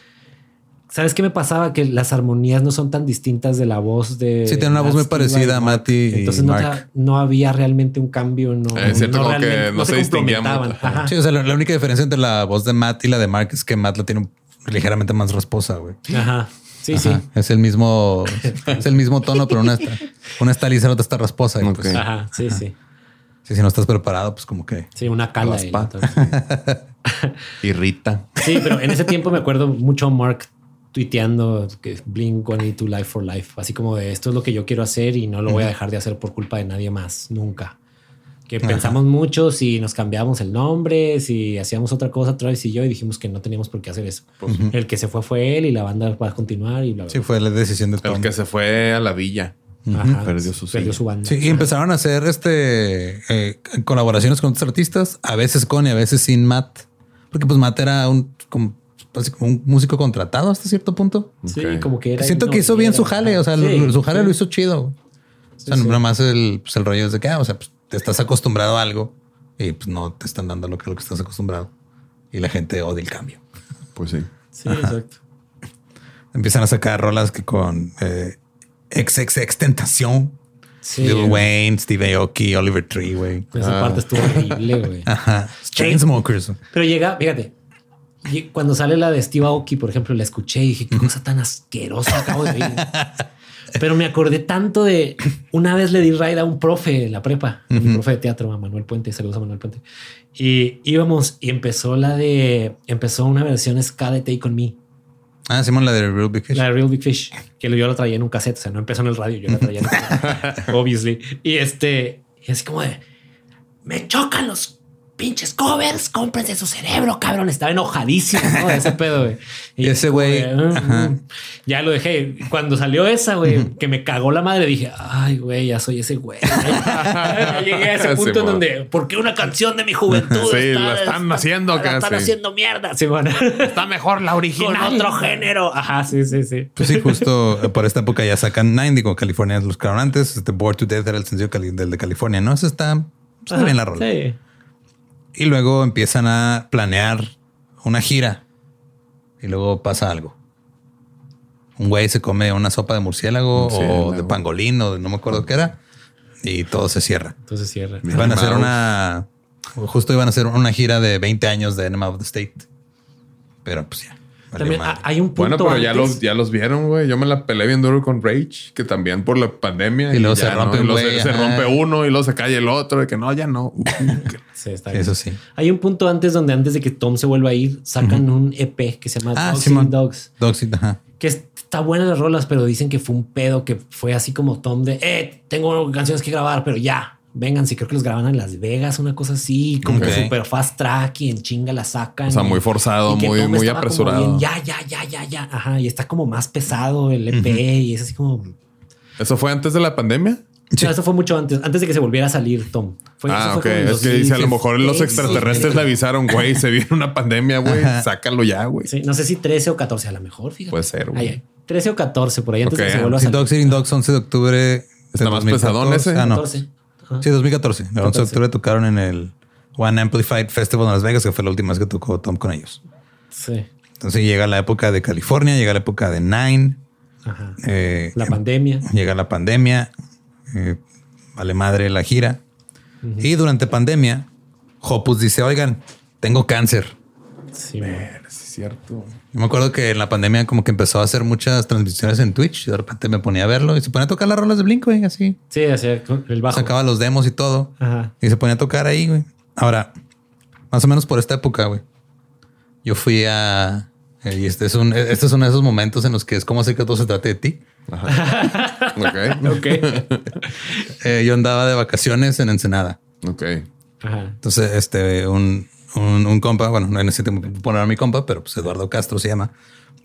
C: sabes qué me pasaba que las armonías no son tan distintas de la voz de.
A: Sí, tiene una voz muy
C: Steve Vai
A: parecida a
C: Mark.
A: Matty y
C: Entonces no,
A: Mark.
C: te- no había realmente un cambio. No,
B: Eh, es cierto,
C: no,
B: como que
C: realmente-
B: no se distinguía mucho.
C: complementaban. Ajá.
A: Sí, o sea, la, la única diferencia entre la voz de Matt y la de Mark es que Matt la tiene un- ligeramente más rasposa, güey.
C: Ajá. Sí,
A: Ajá.
C: sí.
A: Es el mismo, es el mismo tono, pero una está, una está lisa, la otra está rasposa. y
B: Ok.
A: pues,
C: Ajá. Sí, sí.
A: sí, si no estás preparado, pues como que
C: Sí, una cala.
A: Las
C: y
A: pa-
C: otra.
B: Irrita.
C: Sí, pero en ese tiempo me acuerdo mucho a Mark tuiteando que Blink 182 Life for Life, así como de esto es lo que yo quiero hacer y no lo voy a dejar de hacer por culpa de nadie más, nunca. Que pensamos mucho si nos cambiamos el nombre, si hacíamos otra cosa, Travis y yo, y dijimos que no teníamos por qué hacer eso. El que se fue fue él y la banda va a continuar y bla, bla.
A: sí fue la decisión de
B: El
A: Tom.
B: que se fue a la villa.
C: bla. Ajá.
B: Perdió su
C: Perdió
B: sello.
C: su banda.
A: Sí, y empezaron a hacer este eh, colaboraciones con otros artistas, a veces con y a veces sin Matt, porque pues Matt era un como, pues, así como un músico contratado hasta cierto punto.
C: Sí,
B: Ok.
C: como que era.
A: Siento que hizo bien su jale, o sea,
C: Sí,
A: lo- su jale
C: sí.
A: lo hizo chido. güey. O sea,
C: Sí, sí.
A: nada más el, pues, el rollo es de que, ah, o sea, pues, te estás acostumbrado a algo y pues no te están dando lo que, lo que estás acostumbrado. Y la gente odia el cambio.
B: Pues sí.
C: Sí, exacto.
A: Empiezan a sacar rolas que con eh, XXX Tentación,
C: Sí,
A: Lil Wayne, Steve Aoki, Oliver Tree, güey.
C: esa
B: Ah.
C: parte estuvo horrible, güey.
A: Ajá. Chainsmokers.
C: Pero llega, fíjate, y cuando sale la de Steve Aoki, por ejemplo, la escuché y dije, qué cosa tan asquerosa acabo de oír. Pero me acordé tanto de una vez le di ride a un profe en la prepa, un
A: Ujú.
C: profe de teatro, a Manuel Puente. Saludos a Manuel Puente. Y íbamos y empezó la de, empezó una versión ska de Take on Me,
A: Ah, Simón, la de Real Big Fish.
C: la de Real Big Fish, que yo la traía en un cassette. O sea, no empezó en el radio, yo la traía en el cassette, obviously. Y este, y así como de, me chocan los pinches covers, cómprense su cerebro, cabrón. Estaba enojadísimo, ¿no? De ese pedo, güey.
A: Y ese
C: como
A: güey,
C: de, "Mm,
A: ajá.
C: mm". Ya lo dejé. Cuando salió esa, güey, que me cagó la madre, dije, ay, güey, ya soy ese güey. Ya Llegué a ese
B: Sí,
C: punto en
B: mo.
C: donde, ¿por qué una canción de mi juventud?
B: Sí,
C: está-
B: la están haciendo
C: La están
B: casi.
C: haciendo mierda, Simón.
B: Está mejor la
C: Con
B: original.
C: otro género. Ajá, sí, sí, sí.
A: Pues sí, justo eh, por esta época ya sacan Nine, digo, California los crearon antes. Este Bored to Death era el sencillo cali- del de California, ¿no? Eso está, está
C: Ajá,
A: bien Pues la rola.
C: Sí.
A: Y luego empiezan a planear una gira. Y luego pasa algo. Un güey se come una sopa de murciélago, o
B: Murciélago.
A: de pangolín o de no me acuerdo qué era. Y todo se cierra.
C: Entonces cierra.
B: Mira,
A: Iban a hacer
B: Mouse.
A: una... Justo iban a hacer una gira de 20 años de Enema of the State. Pero pues ya. valió
C: También
A: madre.
C: ha- hay un punto
B: Bueno, pero ya
C: antes.
B: los, ya los vieron, güey. Yo me la peleé bien duro con Rage, que también por la pandemia.
A: Y luego se
B: ya,
A: rompe
B: Y
A: un
B: luego se-
A: güey,
B: se,
A: ajá.
B: rompe uno y luego se cae el otro. Y que no, ya no. Uh, que-
C: Sí, está bien.
A: Eso sí.
C: Hay un punto antes donde antes de que Tom se vuelva a ir, sacan un EP que se llama
A: Ah,
C: Dogs
A: Simón.
C: in Dogs,
A: Doxy, ajá.
C: que es- está buena las rolas, pero dicen que fue un pedo que fue así como Tom de, eh, tengo canciones que grabar, pero ya, vénganse, creo que los graban en Las Vegas, una cosa así, como
A: Ok.
C: que super fast track y en chinga la sacan.
B: o sea,
C: y-
B: muy forzado,
C: y que
B: muy,
C: Tom
B: muy
C: estaba como bien,
B: apresurado.
C: ya, ya, ya, ya, ya, ajá, y está como más pesado el EP y es así como...
B: ¿Eso fue antes de la pandemia?
C: No, eso fue mucho antes, antes de que se volviera a salir Tom. Fue, eso
B: ah,
C: fue
B: ok.
C: como en
B: Es que dice, a lo
C: 2016,
B: mejor los extraterrestres le
C: 2017.
B: avisaron, güey, se viene una pandemia, güey. Sácalo ya, güey.
C: Sí, no sé si 13 o 14, a lo mejor, fíjate.
B: Puede ser, güey.
C: Ay, ay, 13 o 14, por ahí antes de que
B: Ok,
C: se vuelva a
A: Sí,
C: salir.
A: Dogs Eating Dogs, 11 de octubre. de
B: Está más
A: 2014.
B: pesadón ese.
A: Ah, no.
C: 14. Ajá.
A: Sí, 2014. El 11 de
C: 14.
A: octubre tocaron en el One Amplified Festival en Las Vegas, que fue la última vez que tocó Tom con ellos.
C: Sí.
A: Entonces llega la época de California, llega la época de Nine,
C: Ajá.
A: eh,
C: La pandemia.
A: llega la pandemia, eh, vale madre la gira. Y durante pandemia, Hopus dice, oigan, tengo cáncer.
C: Sí, güey.
B: Sí, es cierto.
A: Yo me acuerdo que en la pandemia como que empezó a hacer muchas transmisiones en Twitch y de repente me ponía a verlo y se ponía a tocar las rolas de Blink, güey, así.
C: sí hacia el bajo.
A: Sacaba los demos y todo.
C: Ajá.
A: Y se ponía a tocar ahí, güey. Ahora, más o menos por esta época, güey. Yo fui a... eh, Y este es, un, este es uno de esos momentos en los que es como hacer que todo se trate de ti.
B: Ok.
C: Ok.
A: Eh, yo andaba de vacaciones en Ensenada.
B: ok.
C: Ajá.
A: Entonces, este, un, un, un compa, bueno, no necesito poner a mi compa, pero pues Eduardo Castro se llama,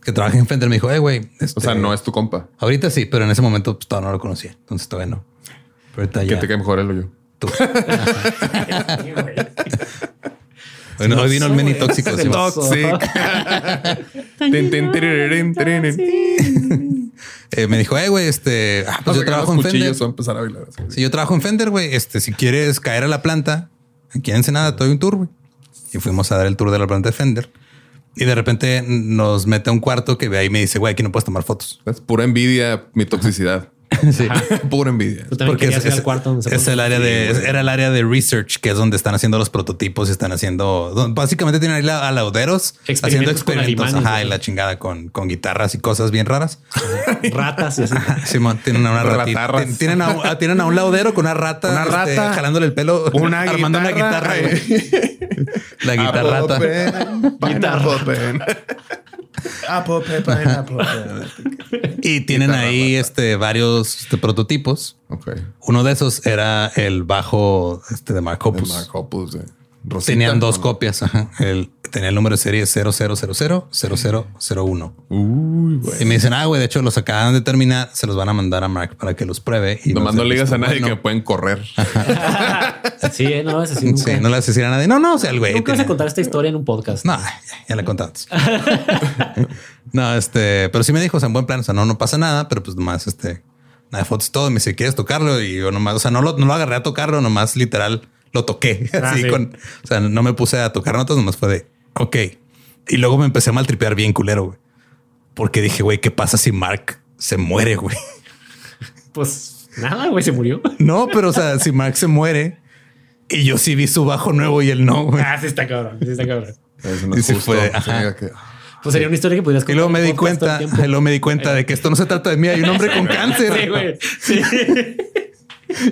A: que trabaja en Fender, me dijo, eh, güey.
B: O
A: este,
B: sea, no es tu compa.
A: Ahorita sí, pero en ese momento pues, todavía no lo conocía. Entonces todavía no. Pero ahorita
B: Que
A: ya.
B: te cae mejor el hoyo.
A: tú.
C: Sí, güey.
A: Hoy, no- hoy vino el mini tóxico. sí, va.
B: Tin, tin, tirirín, tirirín.
A: Eh, me dijo, eh, güey, este, ah, pues
B: Vas
A: yo
B: a sacar
A: trabajo
B: los
A: en
B: cuchillos,
A: Fender.
B: vas a empezar a bailar así.
A: Si yo trabajo en Fender, güey, este, si quieres caer a la planta, aquí en Ensenada, todo un tour, güey. Y fuimos a dar el tour de la planta de Fender. Y de repente nos mete a un cuarto que ve ahí y me dice, güey, aquí no puedes tomar fotos.
B: Es pura envidia, mi toxicidad.
A: Sí.
B: pura envidia.
C: Tú también querías ir al
A: es-
C: cuarto donde se
A: es
C: pone-
A: el área de, es- era el área de research, que es donde están haciendo los prototipos y están haciendo. don- Básicamente tienen ahí la- a lauderos
C: Experimentos
A: haciendo
C: con
A: experimentos.
C: animales,
A: ajá, y
C: güey.
A: la chingada con, con guitarras y cosas bien raras.
C: ratas y así.
A: Simón, tienen a una ratita.
B: Ratarras.
A: Tien- Tienen a, un- a- tienen a un laudero con una rata,
B: Una
A: este,
B: rata.
A: jalándole el pelo,
B: Una
A: armando una guitarra,
B: guitarra. eh.
A: güey. la guitarrata.
B: Apple pen,
C: Guitarra.
B: pineapple pen. Apple pen, pineapple pen.
A: Y tienen
B: Guitarra
A: ahí este, varios este, prototipos.
B: Ok.
A: Uno de esos era el bajo este, de Mark
B: De
A: Hoppus.
B: Mark Hoppus, de Rosita.
A: Tenían dos
B: ¿O no?
A: copias. ajá. El, tenía el número de serie 00000001.
B: Uy, güey.
A: Y me dicen, ah, güey, de hecho los acaban de terminar, se los van a mandar a Mark para que los pruebe. Y nos
B: Nomás no
A: den
B: le digas a
A: esto.
B: nadie que
A: Bueno,
B: pueden correr.
C: Sí, eh, no, es así. Nunca,
A: sí, no le haces decir a nadie. No, no, o sea, el güey.
C: nunca vas
A: tiene-
C: a contar esta historia en un podcast.
A: No, ya, ya la he contado antes. no, este, pero sí me dijo, o sea, en buen plan, o sea, no, no pasa nada, pero pues nomás, este, nada de fotos, todo. Me dice, ¿quieres tocarlo? Y yo nomás, o sea, no lo, no lo agarré a tocarlo, nomás literal lo toqué.
C: Ah,
A: así
C: sí.
A: con, o sea, no me puse a tocar notas, nomás fue de, ok. Y luego me empecé a maltripear bien culero, güey. Porque dije, güey, ¿qué pasa si Mark se muere, güey?
C: Pues nada, güey, se murió.
A: No, pero o sea, si Mark se muere y yo sí vi su bajo nuevo y él no, güey.
C: Ah, sí está cabrón, sí está cabrón.
B: Eso no
A: Y
B: es
A: se
B: justo.
A: fue,
B: Sí,
A: ajá.
B: que-
C: Pues sería una historia que pudieras
A: Y luego
C: contar
A: me
C: en
A: di
C: un podcast todo
A: cuenta,
C: el
A: y
C: tiempo.
A: luego me di cuenta de que esto no se trata de mí, hay un hombre con
C: Sí, güey.
A: cáncer.
C: Sí.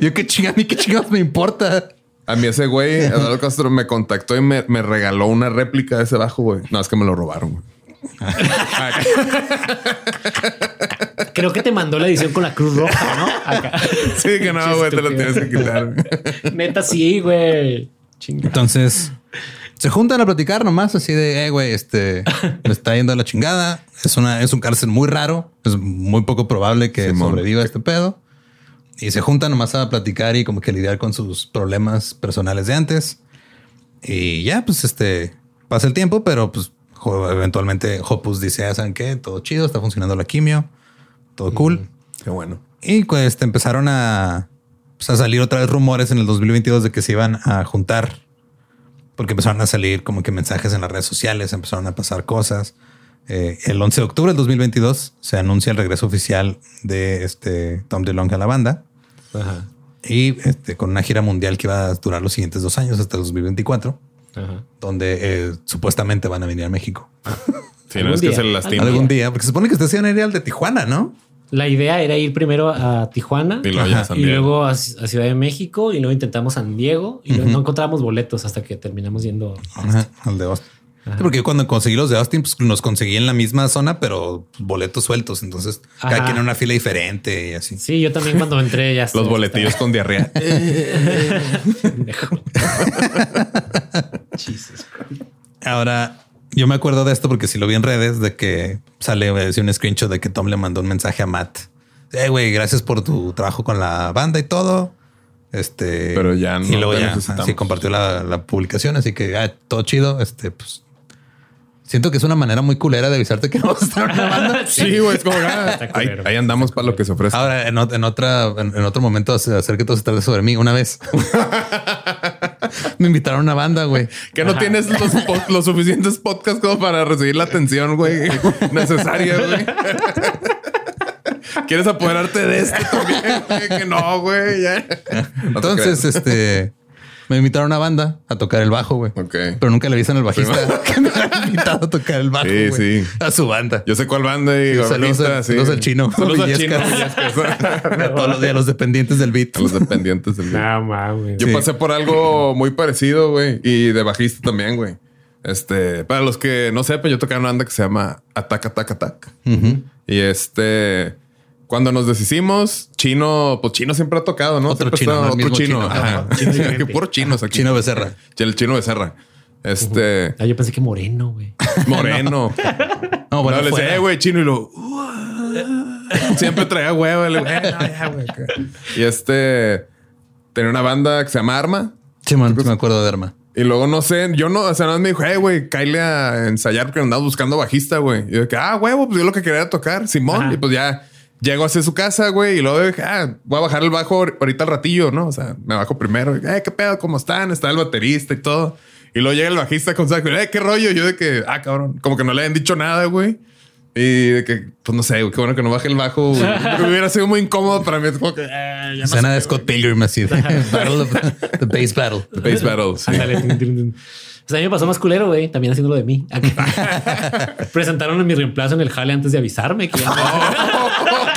A: Yo qué chinga, a mí qué chingados me importa.
B: A mí ese güey, Eduardo Castro, me contactó y me, me regaló una réplica de ese bajo, güey. No, es que me lo robaron, güey.
C: Creo que te mandó la edición con la Cruz Roja, ¿no? Acá.
B: Sí, que no, güey, te lo tienes que quitar.
C: Neta, sí, güey. Chinga.
A: Entonces se juntan a platicar nomás así de, eh, güey, este me está yendo a la chingada. Es una, es un cárcel muy raro. Es muy poco probable que
B: Simón.
A: sobreviva a este pedo. Y se juntan nomás a platicar y como que lidiar con sus problemas personales de antes. Y ya, pues este pasa el tiempo, pero pues jo- eventualmente Hopus dice, "Ah, ¿saben qué? Todo chido, está funcionando la quimio, todo cool.
B: Qué bueno.
A: Y pues te empezaron a, pues, a salir otra vez rumores en el 2022 de que se iban a juntar. Porque empezaron a salir como que mensajes en las redes sociales, empezaron a pasar cosas. Eh, el 11 de octubre del 2022 se anuncia el regreso oficial de este Tom DeLonge a la banda.
C: Ajá.
A: Y este, con una gira mundial que iba a durar los siguientes dos años hasta el 2024,
C: Ajá.
A: donde eh, supuestamente van a venir a México.
B: Sí, no es
C: Algún
B: que se
C: día.
B: le lastima.
A: Algún día, porque se supone que ustedes iban a ir al de Tijuana, ¿no?
C: La idea era ir primero a Tijuana
B: Y luego ya a San
C: y
B: Diego.
C: luego a, a Ciudad de México y luego intentamos San Diego y luego no encontrábamos boletos hasta que terminamos yendo.
A: Ajá, al de Austin. Sí, porque yo cuando conseguí los de Austin, pues los conseguí en la misma zona, pero boletos sueltos. Entonces,
C: Ajá.
A: cada quien en una fila diferente y así.
C: Sí, yo también cuando entré ya
B: Los boletillos con diarrea.
C: Pendejo. Jesus.
A: Ahora, yo me acuerdo de esto porque si lo vi en redes, de que sale güey, así un screenshot de que Tom le mandó un mensaje a Matt. Eh, güey, gracias por tu trabajo con la banda y todo. Este,
B: Pero ya no
A: Y luego
B: te
A: ya ah,
B: necesitamos.
A: sí, compartió la, la publicación, así que ah, todo chido. Este, pues siento que es una manera muy culera de avisarte que no vas a estar en una banda.
B: Sí, güey, es como ah,
C: Está
B: ahí,
C: culero.
B: ahí andamos para lo que se ofrece.
A: Ahora, en, ot- en otra, en, en otro momento, hace- hacer que todo se trate sobre mí. Una vez me invitaron a una banda, güey.
B: Que no tienes los, po- los suficientes podcasts como para recibir la atención, güey, necesaria, güey. ¿Quieres apoderarte de esto también? güey? Que no, güey, ya. No te
A: Entonces, este me invitaron a una banda a tocar el bajo, güey.
B: Ok.
A: Pero nunca le avisan al bajista que me han invitado a tocar el bajo.
B: Sí,
A: güey,
B: sí.
A: A su banda.
B: Yo sé cuál banda y
A: Saludos,
B: organista,
A: al-
B: sí.
A: saludos al chino.
B: Saludos al chino.
A: Villescas.
B: Villescas.
A: A todos los días, los dependientes del beat.
B: A los dependientes del
C: No mames.
B: Yo
A: Sí.
B: pasé por algo muy parecido, güey, y de bajista también, güey. Este, para los que no sepan, yo tocaba en una banda que se llama Ataca, Ataca, Ataca.
A: Ujú.
B: Y este, cuando nos deshicimos, chino, pues chino siempre ha tocado, ¿no?
A: Otro
B: Siempre
A: chino,
B: está-
A: no el
B: otro
A: mismo
B: chino.
A: chino.
B: Ajá.
C: Ajá, chino
B: Sí,
C: diferente.
B: que puro chinos aquí.
A: Chino Becerra.
B: El chino Becerra. Este,
C: Ah, yo pensé que moreno, güey.
B: moreno.
A: No, bueno,
B: no, le
A: fuera.
B: decía, "Eh, güey, chino. Y lo, siempre traía huevo. el güey, "Eh, "No, ya, güey". Y este, tenía una banda que se llama Arma.
A: Sí, man, sí me acuerdo de Arma.
B: Y luego no sé, yo no, o sea, nada más me dijo, hey, güey, cáile a ensayar porque andabas buscando bajista, güey. Y yo de que, ah, huevo, pues yo lo que quería era tocar, Simón.
C: Ajá.
B: Y pues ya Llego hacia su casa, güey, y luego dije, ah, voy a bajar el bajo ahor- ahorita al ratillo, ¿no? O sea, me bajo primero. Eh, ¿qué pedo? ¿Cómo están? Está el baterista y todo. Y luego llega el bajista con saco, eh, qué rollo. Yo de que, ah, cabrón, como que no le habían dicho nada, güey. Y de que, pues no sé, güey, qué bueno que no baje el bajo. güey. Porque hubiera sido muy incómodo para mí. Es como que, eh, ya no
A: Escena de Scott Pilgrim así. battle of the Base Battle.
B: sé. Bass battle, sí.
C: Ándale, tin, tin, tin. O sea, a mí me pasó más culero, güey, también haciéndolo de mí. Presentaron a mi reemplazo en el jale antes de avisarme que ya no.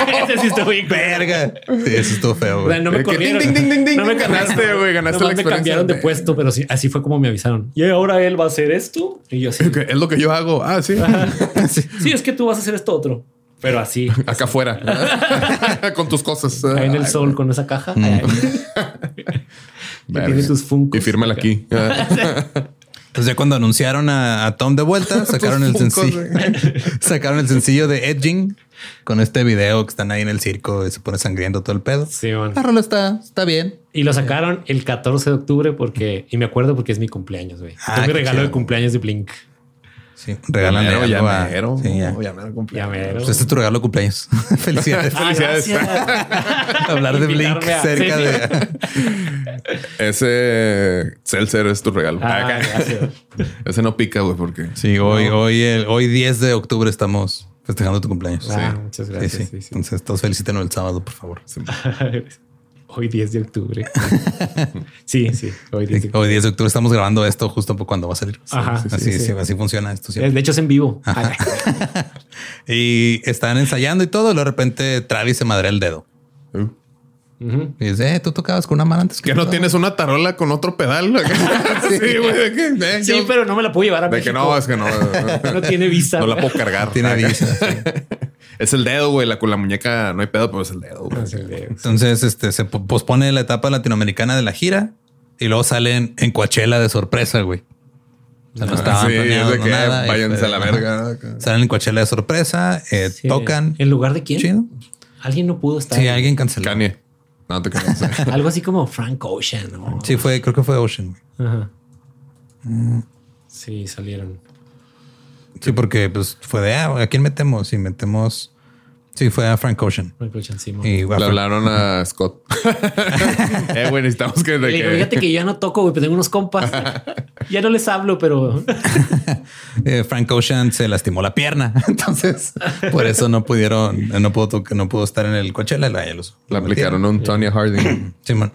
C: Ese sí estuvo bien culero.
A: Verga. Sí, eso estuvo feo,
C: O sea,
A: güey.
C: no me
B: Eh, que
C: corrieron.
B: ding, ding, ding, ding,
C: no me
B: ding, ganaste, güey, ganaste
C: Nomás
B: la
C: me
B: experiencia.
C: cambiaron de puesto, pero sí, así fue como me avisaron. Y ahora él va a hacer esto. Y yo sí.
B: Que Es lo que yo hago. Ah, sí.
C: Sí, es que tú vas a hacer esto otro. Pero así.
B: Acá afuera. con tus cosas.
C: Ahí en el
B: Ay,
C: sol con esa caja. Ahí, que tiene
B: verga.
C: tus funcos.
B: Y fírmala aquí.
A: Entonces Pues ya cuando anunciaron a, a Tom de vuelta, sacaron el
B: Tus Funkos,
A: sencillo. sacaron el sencillo de Edging con este video que están ahí en el circo y se pone sangriento todo el pedo.
C: Sí, man.
A: La rola está, está bien.
C: Y lo sacaron el 14 de octubre porque, y me acuerdo porque es mi cumpleaños, güey.
A: Ah,
C: Fue mi
A: qué
C: regalo
A: chido.
C: de cumpleaños de Blink.
A: Sí, regalan
B: Ya mero,
A: algo
B: ya
A: a-
B: mero.
A: Sí, ya.
B: No, ya mero cumple.
C: Ya mero.
A: Pues este es tu regalo de cumpleaños. Felicidades.
C: Ah,
B: Felicidades.
C: gracias.
A: Hablar de Blink
C: Invitarme a-
A: cerca
C: Sí.
A: de.
B: Ese Celser es tu regalo.
C: Ah,
B: Acá.
C: gracias.
B: Ese no pica, güey, porque
A: Sí, hoy, hoy, el, hoy 10 de octubre estamos festejando tu cumpleaños.
C: Ah, muchas
A: Sí,
C: gracias.
A: sí.
C: sí, sí.
A: Entonces, todos felicítenos el sábado, por favor.
C: Hoy 10 de octubre. Sí, sí, hoy 10 de octubre.
A: Hoy 10 de octubre estamos grabando esto justo cuando va a salir.
C: Ajá,
A: Sí,
C: sí,
A: así,
C: sí.
A: sí, así funciona esto siempre.
C: De hecho, es en vivo.
A: Y están ensayando y todo. Y luego de repente Travis se madrea el dedo.
C: Ujú.
A: Y dice, eh, tú tocabas con una mano antes.
B: que no
A: yo".
B: tienes una tarola con otro pedal. sí, güey. de que, eh,
C: Sí,
B: yo-
C: pero no me la puedo llevar a
B: de que
C: México.
B: no, es que no.
C: No tiene visa.
B: No la puedo cargar.
A: Tiene visa, sí.
B: Es el dedo, güey. La, con la muñeca no hay pedo, pero es el dedo.
C: Ah,
B: güey.
A: Entonces, este se po- pospone la etapa latinoamericana de la gira y luego salen en Coachella de sorpresa, güey. O sea, no estaban
B: Ah, Sí, es de
A: planeados no
B: que
A: nada. y
B: váyanse
A: fue-
B: a la
A: ajá.
B: verga.
A: Salen en Coachella de sorpresa, eh,
C: Sí.
A: tocan.
C: ¿En lugar de quién?
A: Chido.
C: Alguien no pudo estar.
A: Sí, alguien canceló.
B: Kanye. No te creas.
C: Algo así como Frank Ocean. ¿no?
A: Sí, fue, creo que fue Ocean. güey.
C: Ajá. Sí, salieron.
A: Sí, porque pues fue de ah, ¿a quién metemos? Sí, metemos. Sí, fue a Frank Ocean.
C: Frank Ocean, sí, mo.
A: Y
B: Le hablaron a Scott. eh, güey, necesitamos que.
C: Le
B: de
C: digo,
B: que-
C: fíjate que yo ya no toco, güey, pero tengo unos compas. ya no les hablo, pero
A: Eh, Frank Ocean se lastimó la pierna, entonces por eso no pudieron, no pudo, toc- no pudo estar en el Coachella. La, los-
B: Le
A: los
B: aplicaron un Tony Harding.
A: metieron. Simón.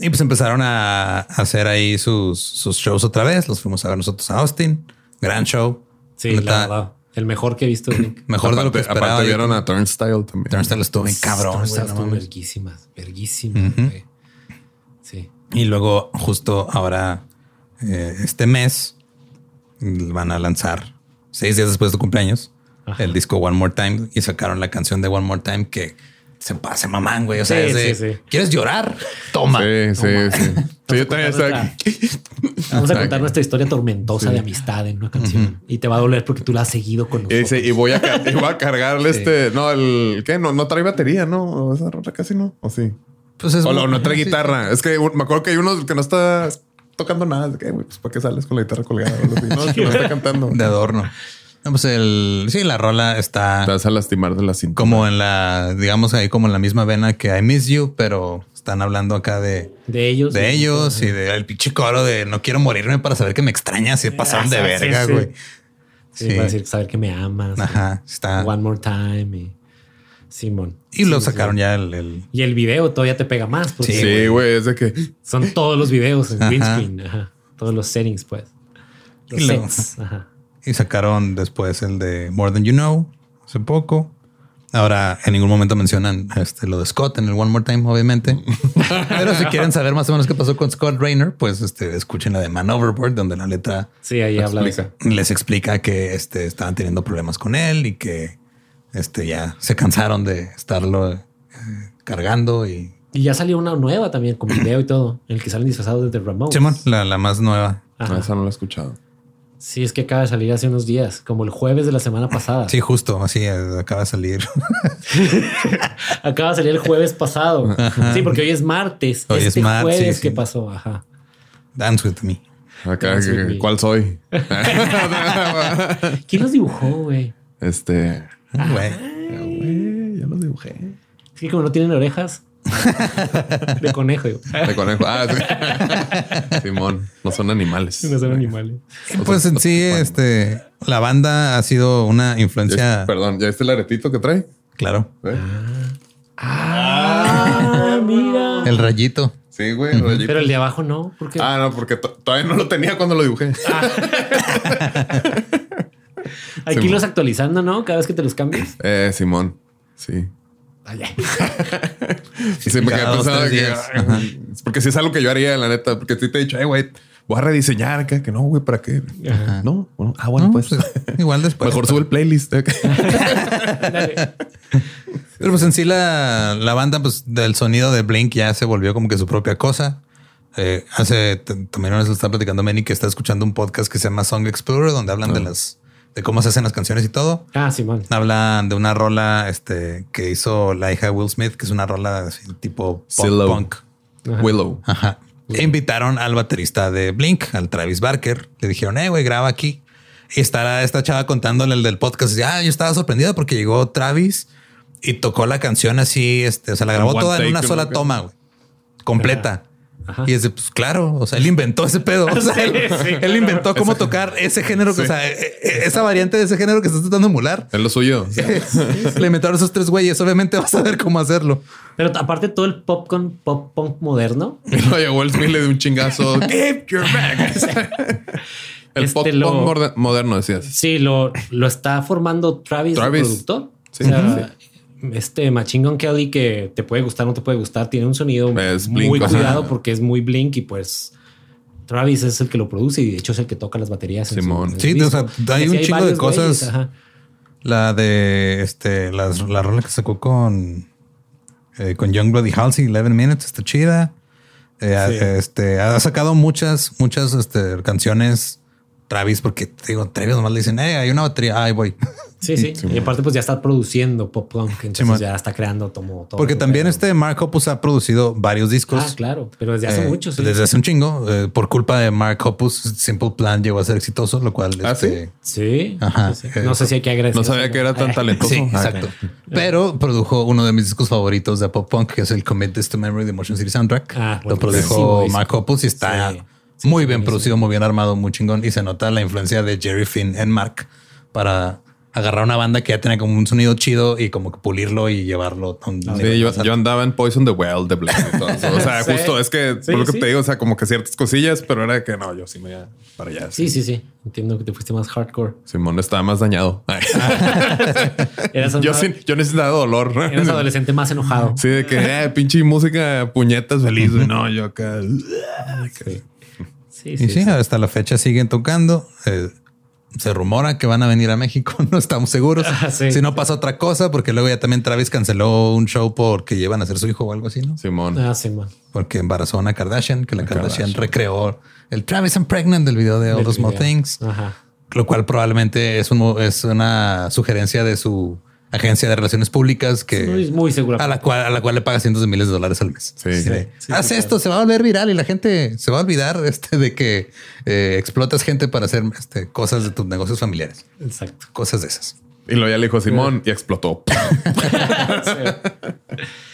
A: Y pues empezaron a hacer ahí sus, sus shows otra vez. Los fuimos a ver nosotros a Austin. Gran show.
C: sí,
A: Neta,
C: la verdad. El mejor que he visto. de Blink.
A: Mejor de lo que
B: Aparte-
A: esperaba.
B: Aparte
A: Yo-
B: vieron a Turnstile también.
A: Turnstile estuvo bien
C: Están
A: cabrón.
C: buenas,
A: no
C: están
A: mames.
C: verguísimas, verguísimas,
A: Ujú.
C: güey. Sí.
A: Y luego justo ahora, eh, este mes, van a lanzar seis días después de tu cumpleaños
C: Ajá.
A: el disco One More Time y sacaron la canción de One More Time que se pase mamán, güey. O sea,
C: Sí,
A: es de,
C: sí, sí.
A: ¿quieres llorar? Toma.
B: Sí, sí, sí. Sí, yo también
C: Vamos a
B: estaba.
C: contar nuestra- Vamos a contar nuestra historia tormentosa de amistad en una canción. Y te va a doler porque tú la has seguido con
B: Y
C: nosotros.
B: dice, y voy a, ca- y voy a cargarle este. No, el ¿qué? No, no trae batería, no. Esa rola casi no. O sí.
A: Pues es
B: O no, no trae
A: sí.
B: guitarra. Es que un- me acuerdo que hay uno que no está tocando nada. Es que, güey, pues, ¿para qué sales con la guitarra colgada? O algo así. No, es que no está cantando.
A: De adorno. No, pues el... Sí, la rola
B: Te
A: está
B: vas a lastimar de la cinta.
A: como en la... Digamos ahí como en la misma vena que I Miss You, pero están hablando acá de...
C: de ellos.
A: de ellos y del pinche coro de no quiero morirme para saber que me extrañas y pasaron de
C: Ah, sí,
A: verga,
C: sí.
A: güey.
C: Sí,
A: Sí.
C: Para decir, saber que me amas.
A: Ajá, está.
C: One more time. Y... Simón.
A: Y lo sacaron ya el, el-
C: Y el video todavía te pega más. Porque
A: Sí,
B: Sí, güey, es de que.
C: Son todos los videos en green
A: Ajá.
C: screen. Ajá. Todos los settings, pues. Los
A: Y luego-
C: sets. Ajá.
A: y sacaron después el de More Than You Know hace poco. Ahora en ningún momento mencionan este, lo de Scott en el One More Time, obviamente. Pero si quieren saber más o menos qué pasó con Scott Rayner, pues este, escuchen la de Man Overboard, donde la letra
C: Sí, ahí habla de
B: Explica.
C: eso.
A: les explica que este, estaban teniendo problemas con él y que este, ya se cansaron de estarlo eh, cargando y
C: Y ya salió una nueva también con video y todo, en el que salen disfrazados de The Ramones.
A: Simón, la, la más nueva.
C: Ajá.
B: No, esa no la he escuchado.
C: Sí, es que acaba de salir hace unos días, como el jueves de la semana pasada.
A: Sí, justo, así eh, acaba de salir.
C: Acaba de salir el jueves pasado.
A: Ajá.
C: Sí, porque hoy es martes.
A: Hoy es
C: este
A: martes,
C: jueves
A: sí.
C: que pasó. Ajá.
A: Dance with me.
B: Acá,
C: Sí,
B: que-
C: sí.
B: ¿cuál soy?
C: ¿Quién los dibujó, güey?
B: este.
A: Güey.
B: yo los dibujé.
C: Es que como no tienen orejas de conejo, digo.
B: De conejo. Ah, sí. Simón, no son animales.
C: no son animales.
B: O
A: Pues
B: sea,
A: en sí,
B: bueno.
A: este, la banda ha sido una
B: Ya-
A: influencia.
B: Perdón, ¿ya viste el aretito que trae?
A: Claro.
B: ¿Eh?
C: Ah, mira.
A: El rayito.
B: Sí, güey. el rayito.
C: Pero el de abajo no, porque
B: Ah, no, porque to- todavía no lo tenía cuando lo dibujé.
C: hay que
B: sí.
C: irlos actualizando, ¿no? Cada vez que te los cambias.
B: Eh, Simón. Sí.
C: Vaya.
B: Sí, porque
A: Cada dos,
B: pensaba
A: tres
B: que-
A: días. Ajá.
B: Porque si es algo que yo haría, la neta. Porque si te he dicho, "Ey, güey, voy a rediseñar acá", Que no, güey, ¿para qué?
C: Ajá.
B: No, bueno, ah, bueno,
A: No,
B: pues.
A: pues, igual después.
B: Mejor sube el playlist.
C: Dale.
A: Pero pues en sí la, la banda, pues del sonido de Blink ya se volvió como que su propia cosa. Eh, hace t- también nos está platicando Manny que está escuchando un podcast que se llama Song Explorer, donde hablan
B: Ah.
A: de las de cómo se hacen las canciones y todo.
C: Ah, Simón.
A: Hablan de una rola este, que hizo la hija de Will Smith, que es una rola así tipo pop
B: Silo.
A: punk.
C: Ajá.
B: Willow.
A: Ajá. E invitaron al baterista de Blink, al Travis Barker. Le dijeron, eh, güey, graba aquí. Y está esta chava contándole el del podcast. Y, ah, yo estaba sorprendida porque llegó Travis y tocó la canción así. Este, o sea, la grabó
B: one
A: toda en
B: take,
A: una
B: ¿no?
A: sola
B: Que-
A: toma, güey. Completa.
C: Ajá.
A: Y es de, pues claro, o sea, él inventó ese pedo. O sea,
C: Sí,
A: él,
C: sí,
A: él
C: claro.
A: inventó cómo tocar ese género, que, o
B: Sí.
A: sea, e- e- esa variante de ese género que estás tratando de emular.
B: Es lo suyo. o sea,
A: Le inventaron esos tres güeyes. Obviamente vas a ver cómo hacerlo.
C: Pero t- aparte todo el pop con pop punk moderno.
B: Y luego llegó el Smith le dio un chingazo. Keep your back. El
C: Este
B: pop
C: lo- Este
B: punk morde- moderno, decías.
C: Sí, lo, lo está formando Travis, el
B: Travis.
C: productor.
B: Sí,
C: O sea, Este Machine Gun Kelly que te puede gustar, no te puede gustar, tiene un sonido
B: Es
C: muy
B: Blink, ajá.
C: cuidado porque es muy blink y pues Travis es el que lo produce y de hecho es el que toca las baterías. en su-
B: Simón.
C: en su
A: Sí,
C: disco.
A: o sea, hay
C: Y
A: un
C: así
A: chingo de
C: varios güeyes,
A: cosas.
C: ajá.
A: La de este, las, la rola que sacó con, eh, con Youngblood y Halsey, 11 Minutes, está chida. Eh, ha-
C: Sí.
A: este, ha sacado muchas, muchas este, canciones Travis, porque te digo, Travis nomás le dicen, hey, hay una batería, ahí voy.
C: Sí, sí. y aparte, pues ya está produciendo pop punk, entonces
A: Simón.
C: ya está creando tomo- todo.
A: Porque
C: su
A: también
C: pedo.
A: este Mark Hoppus ha producido varios discos.
C: Ah, claro, pero desde hace
A: Eh,
C: mucho. Sí.
A: Desde hace un chingo. Eh, por culpa de Mark Hoppus, Simple Plan llegó a ser exitoso, lo cual...
B: ¿Ah,
A: este,
C: Sí,
A: Ajá. eh,
C: sí, sí. No sé si hay que agradecer.
B: No sabía que era tan talentoso.
A: Sí, exacto. Pero produjo uno de mis discos favoritos de pop punk, que es el Commit This to Memory de Motion City Soundtrack.
C: Ah,
A: Lo
C: buenísimo
A: produjo
C: disco.
A: Mark Hoppus y está
C: Sí,
A: muy bien producido, muy bien armado, muy chingón. Y se nota la influencia de Jerry Finn en Mark para agarrar una banda que ya tenía como un sonido chido y como que pulirlo y llevarlo a un
B: Ah, Sí,
A: nivel
B: yo,
A: más alto.
B: yo andaba en Poison the Well, The Black. y todo eso. O sea,
C: Sí.
B: justo es que
C: Sí,
B: por lo que
C: sí.
B: te digo, o sea, como que ciertas cosillas, pero era que no, yo sí me iba para allá.
C: Sí, sí, sí. Entiendo que te fuiste más hardcore.
B: Simón estaba más dañado.
C: Ah,
B: Ay.
C: Eras,
B: yo,
C: más-
B: sí, yo necesitaba dolor.
C: eras adolescente más enojado.
B: Sí, de que eh, pinche música puñetas feliz. güey. No, yo acá.
C: Sí, sí,
A: Y
C: sí.
A: sí, hasta la fecha siguen tocando. Eh, se rumora que van a venir a México, no estamos seguros.
C: Ah, sí.
A: si no pasa otra cosa, porque luego ya también Travis canceló un show porque llevan a ser su hijo o algo así, ¿no?
B: Simón.
C: Ah, sí, man.
A: porque embarazó a una Kardashian, que la Kardashian,
B: Kardashian.
A: recreó el Travis and Pregnant del video de All
C: Del
A: the Small
C: video. Ah.
A: Things,
C: Ajá.
A: lo cual probablemente es, un mo- es una sugerencia de su agencia de relaciones públicas
C: Muy,
A: que
C: muy segura.
A: a la cual a la cual le paga cientos de miles de dólares al mes.
B: Sí.
A: Así de,
B: Sí,
A: Haz esto, se va a volver viral y la gente se va a olvidar este de que eh, explotas gente para hacer este, cosas de tus negocios familiares,
C: Exacto.
A: cosas de esas.
B: Y luego ya le dijo Simón y explotó.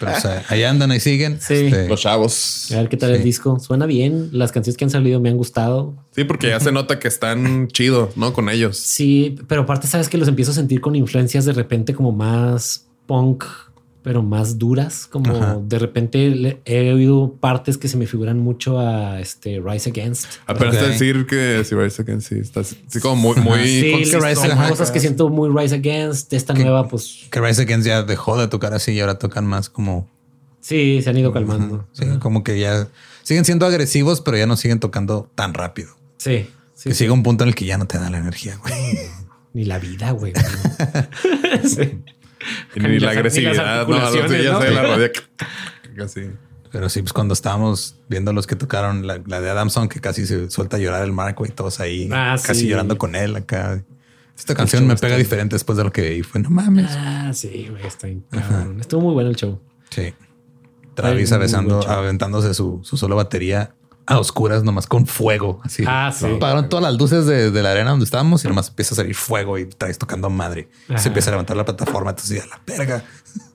A: Pero o sea, ahí andan, ahí siguen.
C: Sí.
A: Este,
B: Los chavos.
C: A ver qué tal el disco. Suena bien. Las canciones que han salido me han gustado.
B: Sí, porque ya se nota que están chido, ¿no? Con ellos.
C: Sí, pero aparte sabes que los empiezo a sentir con influencias de repente como más punk, pero más duras, como
A: Ajá.
C: de repente le- he oído partes que se me figuran mucho a este Rise Against.
B: Apenas
A: Ok.
B: de decir que si Rise Against sí está así sí, como muy, muy
C: Sí,
B: consistente.
C: son
A: Rise Against-
C: cosas que siento muy Rise Against. Esta nueva, pues
A: que Rise Against ya dejó de tocar así y ahora tocan más como
C: sí, se han ido calmando.
A: Sí, como que ya siguen siendo agresivos, pero ya no siguen tocando tan rápido.
C: Sí, sí,
A: que llega un punto en el que ya no te da la energía, güey.
C: ni la vida, güey. ¿no? Sí.
B: Y ni la
C: las
B: agresividad, no,
C: articulaciones,
B: sí, ya
C: ¿no?
B: sé, la rodilla. Casi.
A: Pero sí, pues cuando estábamos viendo los que tocaron la, la de Adamson, que casi se suelta a llorar el Marco y todos ahí,
C: Ah,
A: casi
C: sí.
A: llorando con él acá. Esta canción me pega diferente después de lo que vi. Fue no mames.
C: Ah, sí, güey, está bien cabrón. Estuvo muy bueno el show.
A: Sí. Travis
C: Ay, muy
A: avesando-
C: buen show.
A: aventándose su, su solo batería a oscuras, nomás con fuego. Así
C: Ah, sí.
A: pagaron todas las luces de, de la arena donde estábamos y nomás empieza a salir fuego y traes tocando madre.
C: Ajá.
A: Se empieza a levantar la plataforma. Entonces, a la verga.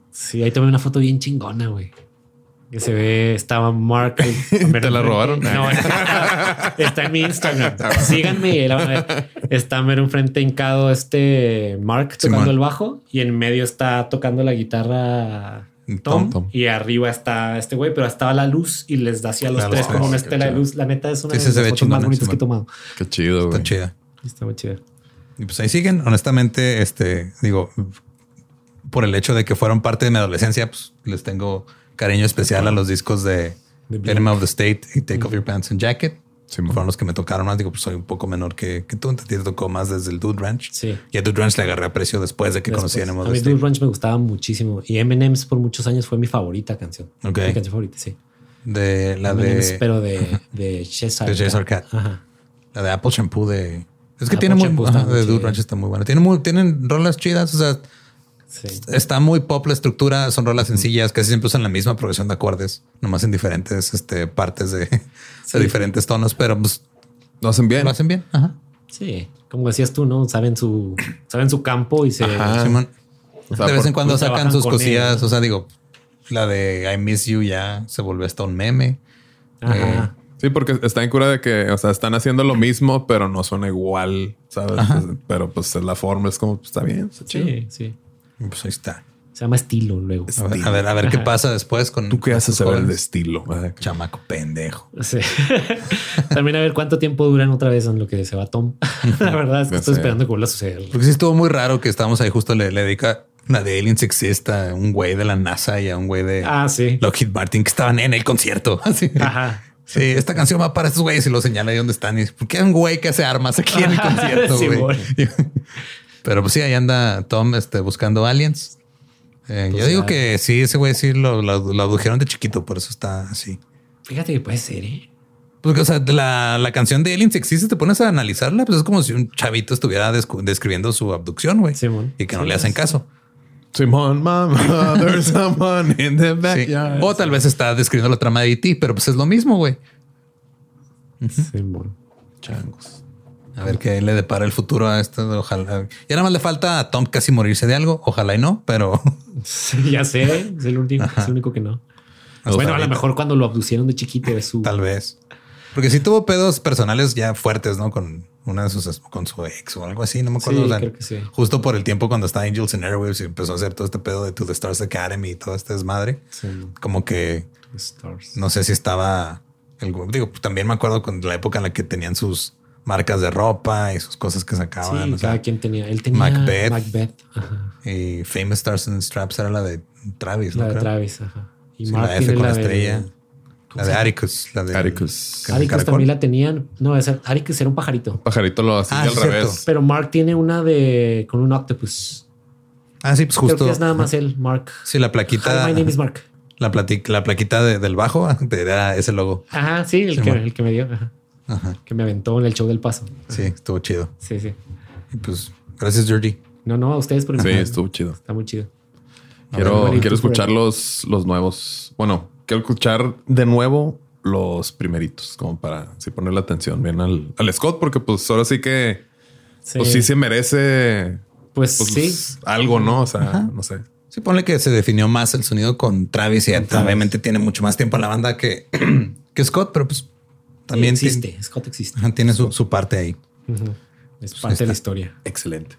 C: Sí, ahí tomé una foto bien chingona, güey. Que se ve, estaba Mark. ¿Te
B: la robaron?
C: No, está, está en mi Instagram.
A: Ah,
C: Síganme y ahí la van a ver. Está mero enfrente hincado este Mark tocando
A: Simón.
C: el bajo y en medio está tocando la guitarra Tom,
A: Tom, Tom.
C: y arriba está este güey, pero estaba la luz y les da así a los
A: A los
C: tres
A: tres,
C: como una
B: qué
C: estela de
B: chido.
C: luz. La neta es una
A: Sí,
C: de
A: sí,
C: las
A: se ve
C: fotos
A: chingona,
C: más bonitas que
A: Simón.
C: he tomado.
B: Qué chido,
A: Está
B: güey.
A: chida.
C: Está muy chida.
A: Y pues ahí siguen, honestamente, este, digo, por el hecho de que fueron parte de mi adolescencia, pues les tengo cariño especial a los discos de
C: De Blink.
A: Enema of the State y Take Off Your Pants and Jacket.
B: Simón.
A: Fueron los que me tocaron más. Digo, pues soy un poco menor que, que tú, entonces te tocó más desde el Dude Ranch.
C: Sí.
A: Y a Dude Ranch le agarré aprecio después de que conocí a Enema of
C: Después, a
A: the
C: mí
A: State.
C: Dude Ranch me gustaba muchísimo y M&M's por muchos años fue mi favorita canción.
A: Ok.
C: Mi canción favorita, sí.
A: De la
C: M&M's,
A: de,
C: pero de, de Chesar.
A: De Chess Arcade.
C: Ajá.
A: la de Apple Shampoo de. Es que
C: Ah, Apple
A: tiene
C: Shampoo
A: muy.
C: está
A: ajá,
C: muy
A: de Dude
C: chida.
A: Ranch está muy bueno. Tiene muy, tienen rolas chidas. O sea,
C: Sí.
A: está muy pop la estructura, son rolas sencillas, casi siempre usan la misma progresión de acordes, nomás en diferentes este, partes de, de diferentes tonos, pero pues,
B: Lo hacen bien.
A: lo hacen bien. Ajá.
C: Sí, como decías tú, ¿no? Saben su, saben su campo y se...
B: Ajá. Ah.
A: Simón.
B: O sea,
A: de vez
B: por-
A: en cuando
C: pues,
A: sacan
C: trabajan
A: sus
C: con
A: cosillas,
C: él.
A: o sea, digo, la de I Miss You ya se volvió hasta un meme.
C: Ajá.
B: Sí, porque está en cura de que, o sea, están haciendo lo mismo, pero no suena igual, ¿sabes? Pues, pero pues es la forma, es como, pues, está bien, está chido.
C: Sí, sí.
A: Y Pues ahí está.
C: Se llama estilo luego.
A: A ver, a ver, a ver qué pasa después con...
B: ¿Tú qué haces
A: con
B: saber el de este
A: jóvenes?
B: estilo? Ah, Ajá.
A: Chamaco pendejo.
C: Sí. También a ver cuánto tiempo duran otra vez en lo que se va Tom. La verdad es que
B: Ya
C: estoy
B: sé.
C: esperando que vuelva a suceder.
A: Porque sí estuvo muy raro que estábamos ahí justo le, le dedica una de Aliens Exista, un güey de la NASA y a un güey de
C: Ah, sí.
A: Lockheed Martin que estaban en el concierto. Así.
C: Ajá.
A: Sí, esta canción va para esos güeyes y lo señala ahí donde están. Y dice, ¿por qué hay un güey que hace armas aquí en el
C: Ajá,
A: concierto?
C: sí,
A: güey?"
C: güey.
A: Pero pues sí, ahí anda Tom este, buscando aliens. Eh,
C: Pues
A: yo digo
C: ya.
A: que sí, ese güey sí lo, lo, lo abdujeron de chiquito, por eso está así.
C: Fíjate que puede ser, ¿eh?
A: Porque, o sea, la, la canción de Aliens existe, te pones a analizarla, pues es como si un chavito estuviera descu- describiendo su abducción, güey.
C: Simón.
A: y que no
C: Sí,
A: le hacen
C: sí.
A: caso.
B: Simón, mamá, there's someone in the
A: Sí.
B: backyard.
A: O tal vez está describiendo la trama de E.T., pero pues es lo mismo, güey.
C: Sí, bueno.
B: Changos.
A: A ver qué le depara el futuro a esto. Ojalá. Ya nada más le falta a Tom casi morirse de algo. Ojalá y no, pero
C: Sí, ya sé, es el único, es el único que no. bueno, a
A: ahorita.
C: lo mejor cuando lo abducieron de chiquito es su...
A: tal vez. Porque sí tuvo pedos personales ya fuertes, ¿no? Con una de sus con su ex o algo así. No me acuerdo.
C: Sí,
A: o sea,
C: creo que sí.
A: Justo por el tiempo cuando estaba Angels and Airwaves y empezó a hacer todo este pedo de To the Stars Academy y todo este desmadre.
C: Sí, bueno.
A: Como que
C: Stars.
A: no sé si estaba el güey- digo, también me acuerdo con la época en la que tenían sus marcas de ropa y sus cosas que
C: Sí,
A: sacaban. o sea,
C: cada quien tenía. Él tenía
A: Macbeth.
C: Macbeth. ajá.
A: Y eh, Famous Stars and Straps era la de Travis, ¿no?
C: La de
A: Creo.
C: Travis. Ajá. Y
A: Sí,
C: Mark
A: la F
C: tiene
A: con la
C: de-
A: estrella.
C: ¿cómo
A: La
C: se
A: de
C: llama?
A: Aricus. La de
B: Aricus.
A: Car-
C: Aricus
A: caracol.
C: también la tenían. No, esa, Aricus era un pajarito.
B: Pajarito lo hacía
A: Ah,
B: al
A: sí, cierto.
B: revés.
C: Pero Mark tiene una de con un octopus.
A: Ah, sí, pues
C: Creo
A: justo.
C: que es nada más él, Mark.
A: Sí, la plaquita.
C: Hi, my name is Mark.
A: La, plati- la plaquita de- del bajo te da ese logo.
C: Ajá, sí, el,
A: Sí,
C: que,
A: Mark.
C: el que me dio. ajá.
A: Ajá.
C: Que me aventó en el show del paso.
A: Sí, estuvo chido.
C: Sí, sí.
A: Y pues, gracias, Jordi.
C: No, no, a ustedes por
B: Sí,
C: invitarme.
B: estuvo chido.
C: Está muy chido.
B: Quiero,
C: Everybody
B: quiero
C: to
B: escuchar
C: Forever.
B: los, los nuevos. Bueno, quiero escuchar de nuevo los primeritos, como para así ponerle atención bien al, al Scott, porque pues ahora sí que
C: Sí.
B: pues, sí se merece
C: Pues
B: pues,
C: sí.
B: algo, ¿no? O sea, no sé.
A: Sí, ponle que se definió más el sonido con Travis y obviamente tiene mucho más tiempo en la banda que, que Scott, pero pues también
C: Sí, existe. Scott existe.
A: tiene, ajá, tiene su, su parte ahí.
C: Ujú. Es parte de
A: está.
C: la historia.
B: Excelente.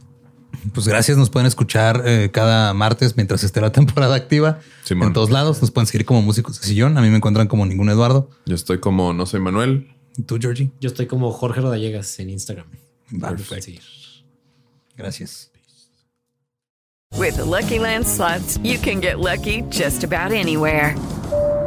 A: Pues gracias, nos pueden escuchar eh, cada martes mientras esté la temporada activa.
B: Simón.
A: En todos lados nos pueden seguir como músicos de sillón. A mí me encuentran como ningún Eduardo.
B: Yo estoy como no soy Manuel.
A: ¿Y ¿Tú, Georgie?
C: Yo estoy como Jorge Rodallegas en Instagram.
A: Va,
C: Perfecto.
A: Gracias.
D: With the Lucky Land slots, you can get lucky just about anywhere.